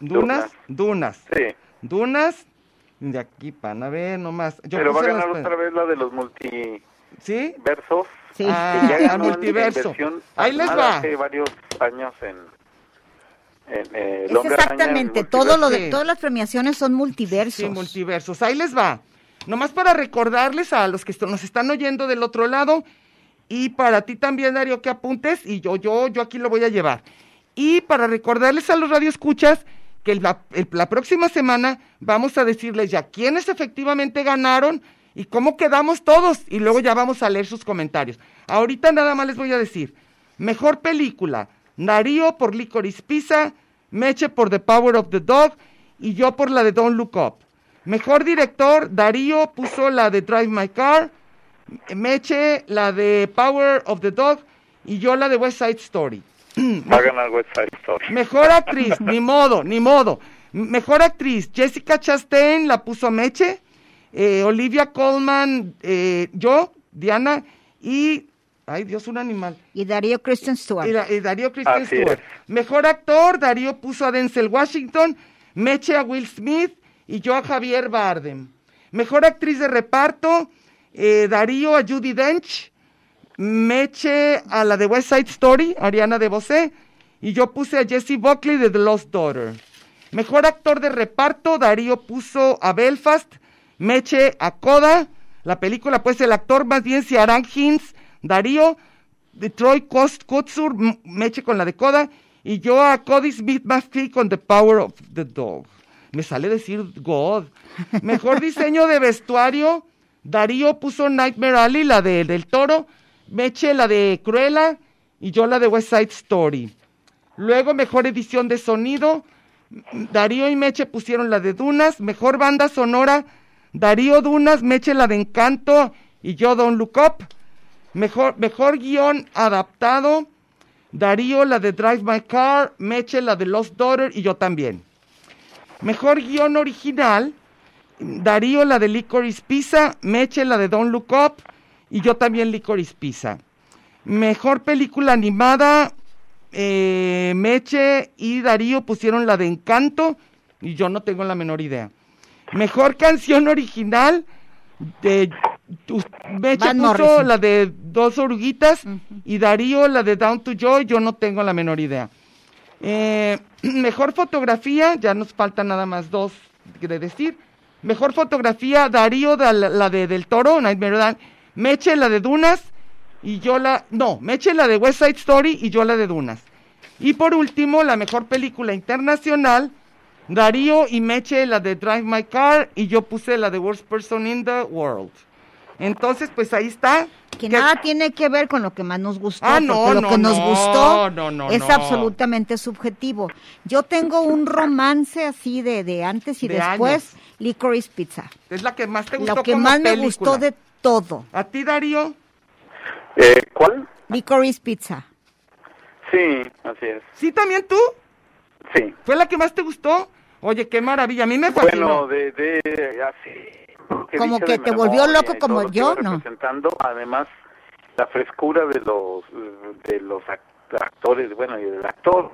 S3: Dunas, Dunas,
S5: sí.
S3: Dunas, de aquí pan, a ver, nomás. Yo
S5: pero va a
S3: puse la
S5: ganar
S3: Spider-
S5: otra vez la de los multiversos.
S3: ¿sí?
S4: Sí.
S3: Ah,
S5: que ya
S3: al
S5: ganó en
S3: multiverso.
S5: versión
S3: Ahí les
S5: animada
S3: va.
S5: Hace varios años en... en eh,
S4: Es
S5: Longa Araña,
S4: exactamente.
S5: el
S4: Todo lo
S3: multiverso.
S4: de, todas las premiaciones son multiversos.
S3: Sí, multiversos. Ahí les va. Nomás para recordarles a los que esto- nos están oyendo del otro lado y para ti también, Darío, que apuntes y yo, yo, yo aquí lo voy a llevar. Y para recordarles a los radioescuchas que la, el- la próxima semana vamos a decirles ya quiénes efectivamente ganaron y cómo quedamos todos y luego ya vamos a leer sus comentarios. Ahorita nada más les voy a decir, mejor película, Darío por Licorice Pizza, Meche por The Power of the Dog y yo por la de Don't Look Up. Mejor director, Darío puso la de Drive My Car, Meche la de Power of the Dog y yo la de West Side Story.
S5: Va a ganar West Side Story.
S3: Mejor actriz, ni modo, ni modo. Mejor actriz, Jessica Chastain la puso Meche. eh, Olivia Colman, eh, yo, Diana y, ay Dios, un animal.
S4: Y Darío Kristen Stewart.
S3: Y, Da- y eh, Darío Kristen
S5: Así
S3: Stewart.
S5: es.
S3: Mejor actor, Darío puso a Denzel Washington, Meche a Will Smith y yo a Javier Bardem. Mejor actriz de reparto, eh, Darío a Judy Dench, Meche a la de West Side Story, Ariana de Bosé, y yo puse a Jesse Buckley de The Lost Daughter. Mejor actor de reparto, Darío puso a Belfast, Meche a Coda. La película, pues el actor más bien se harán Hintz, Darío, de Troy Kost- Kotsur, M- Meche con la de Coda, y yo a Cody Smith McPhee con The Power of the Dog. Me sale decir God. Mejor diseño de vestuario, Darío puso Nightmare Alley, la de, del toro, Meche la de Cruella, y yo la de West Side Story. Luego, mejor edición de sonido. Darío y Meche pusieron la de Dunas. Mejor banda sonora. Darío Dunas, Meche la de Encanto y yo Don Look Up. Mejor, mejor guión adaptado. Darío la de Drive My Car, Meche la de Lost Daughter y yo también. Mejor guión original. Darío la de Licorice Pizza, Meche la de Don't Look Up y yo también Licorice Pizza. Mejor película animada, eh, Meche y Darío pusieron la de Encanto y yo no tengo la menor idea. Mejor canción original, de, tu- Meche
S4: Van
S3: puso
S4: Morrison.
S3: la de Dos Oruguitas y Darío la de Down to Joy, yo no tengo la menor idea. Eh, mejor fotografía, ya nos faltan nada más dos de decir. Mejor fotografía, Darío, da- la, de Del Toro, Nightmare Dan, Meche, la de Dunas, y yo la. No, Meche, la de West Side Story, y yo la de Dunas. Y por último, la mejor película internacional, Darío y Meche, la de Drive My Car, y yo puse la de Worst Person in the World. Entonces, pues ahí está.
S4: que
S3: ¿Qué-
S4: nada tiene que ver con lo que más nos gustó,
S3: Ah, no,
S4: porque lo
S3: no,
S4: que nos
S3: no,
S4: gustó
S3: no, no,
S4: es
S3: no.
S4: absolutamente subjetivo. Yo tengo un romance así de, de antes y
S3: De
S4: después,
S3: años.
S4: Licorice Pizza.
S3: Es la que más te gustó
S4: Lo que
S3: como
S4: más me
S3: película.
S4: gustó de todo,
S3: ¿A ti, Darío?
S5: Eh, ¿Cuál?
S4: Licorice Pizza.
S5: Sí, así es.
S3: ¿Sí también tú?
S5: Sí.
S3: ¿Fue la que más te gustó? Oye, qué maravilla, a mí me
S5: Bueno,
S3: fascinó.
S5: de, de así.
S4: Como
S5: dicho
S4: que
S5: de
S4: te volvió
S5: memoria
S4: loco
S5: y
S4: como
S5: todo lo que
S4: yo,
S5: iba
S4: ¿no?
S5: representando, además la frescura de los de los act- actores, bueno, y del actor.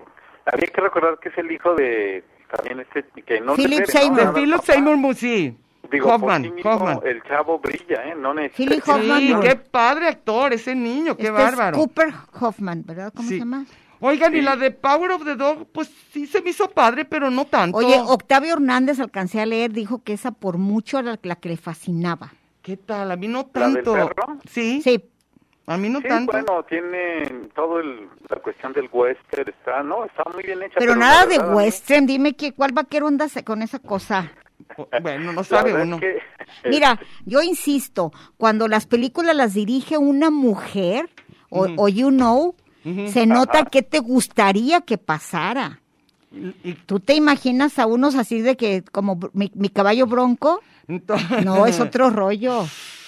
S5: Había que recordar que es el hijo de también este que no
S4: Philip
S5: se ve,
S4: Seymour.
S5: ¿no?
S3: de
S5: Nada
S3: Philip
S5: más.
S3: Seymour Musi.
S5: Digo,
S3: Hoffman,
S5: por sí mismo,
S3: Hoffman.
S5: el chavo brilla, ¿eh? No necesita-
S4: Philip Hoffman,
S3: Sí,
S4: ¿no?
S3: qué padre actor, ese niño, qué
S4: Este es
S3: bárbaro.
S4: Cooper Hoffman, ¿verdad? ¿Cómo
S3: Sí.
S4: se llama?
S3: Oigan, y
S5: Sí.
S3: la de Power of the Dog, pues sí se me hizo padre, pero no tanto.
S4: Oye, Octavio Hernández, alcancé a leer, dijo que esa por mucho era la que le fascinaba.
S3: ¿Qué tal? A mí no
S5: ¿La del
S3: tanto.
S5: perro?
S3: Sí,
S4: Sí,
S3: a mí no
S5: Sí,
S3: tanto.
S5: bueno, tiene todo el, la cuestión del western, está, no, está muy bien hecha.
S4: pero
S5: la
S4: nada de
S5: verdad, a mí-
S4: western, dime que, cuál vaquero andas con esa cosa.
S3: O- Bueno, no
S5: la
S3: sabe
S5: verdad es
S3: uno.
S5: que-
S4: Mira, yo insisto, cuando las películas las dirige una mujer o, o you know, se nota que te gustaría que pasara.
S3: Y- y-
S4: ¿Tú te imaginas a unos así de que como br- mi, mi caballo bronco?
S3: ento-
S4: No, es otro rollo.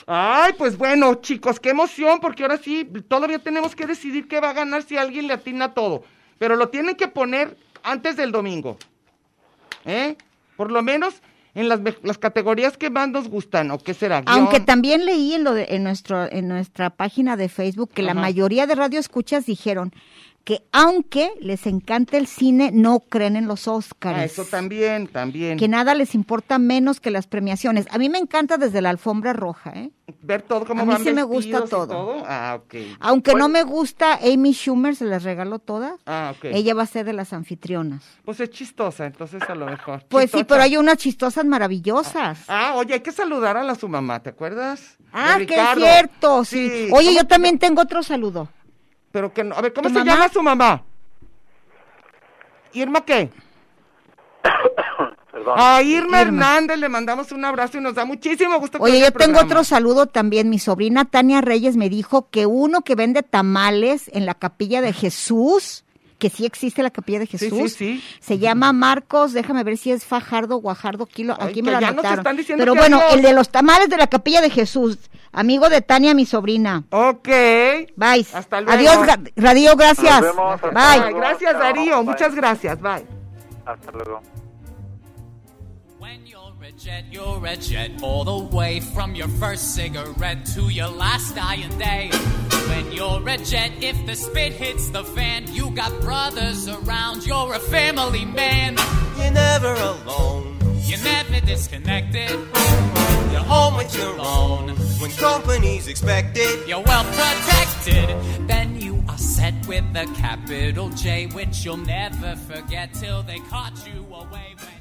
S3: Ay, pues bueno, chicos, qué emoción, porque ahora sí, todavía tenemos que decidir qué va a ganar si alguien le atina todo. Pero lo tienen que poner antes del domingo. ¿Eh? Por lo menos en las, me- las categorías que más nos gustan, ¿o qué será? Guión.
S4: Aunque también leí en, lo de- en, nuestro, en nuestra página de Facebook que la
S3: Ajá.
S4: mayoría de radioescuchas dijeron que aunque les encanta el cine, no creen en los Óscares.
S3: Ah, eso también, también.
S4: Que nada les importa menos que las premiaciones. A mí me encanta desde la alfombra roja, ¿eh?
S3: Ver todo cómo
S4: a mí
S3: van
S4: sí me gusta
S3: vestidos y
S4: todo.
S3: Ah, ok.
S4: Aunque no me gusta Amy Schumer, se las regaló todas.
S3: Ah, ok.
S4: Ella va a ser de las anfitrionas.
S3: Pues es chistosa, entonces a lo mejor.
S4: Pues sí,
S3: Chistosa.
S4: pero hay unas chistosas maravillosas.
S3: Ah, oye, hay que saludar a la su mamá, ¿te acuerdas? De
S4: Ah, que es
S3: Eh, Ricardo.
S4: cierto, sí. Oye, yo también tengo otro saludo.
S3: Pero que no. A ver, ¿cómo
S4: ¿Tu
S3: se
S4: mamá?
S3: llama su mamá? ¿Irma qué?
S5: Perdón.
S3: A
S4: Irma.
S3: Irma, Hernández le mandamos un abrazo y nos da muchísimo gusto. que
S4: Oye,
S3: oiga
S4: yo
S3: el
S4: tengo
S3: programa.
S4: otro saludo también. Mi sobrina Tania Reyes me dijo que uno que vende tamales en la capilla de Jesús, que sí existe la capilla de
S3: sí,
S4: Jesús,
S3: sí.
S4: se llama Marcos, déjame ver si es Fajardo, Guajardo, Kilo,
S3: Ay,
S4: aquí
S3: que
S4: me lo
S3: ya nos
S4: anotaron.
S3: están diciendo
S4: Pero
S3: que
S4: bueno,
S3: adiós.
S4: el de los tamales de la capilla de Jesús, amigo de Tania, mi sobrina.
S3: Ok.
S4: Bye.
S3: Hasta luego.
S4: Adiós, gra- Radio, gracias.
S5: Nos vemos, hasta
S4: Bye.
S3: Ay, gracias,
S5: Chao,
S3: Darío.
S5: bye.
S3: Muchas gracias. Bye.
S5: Hasta luego.
S2: When you're a jet, you're a jet all the way from your first cigarette to your last dying day. When you're a jet, if the spit hits the fan, you got brothers around, you're a family man.
S8: You're never alone.
S2: You're never disconnected,
S8: You're home with your own. When company's expected,
S2: you're well protected. Then you are set with a capital J, which you'll never forget till they caught you away when you're a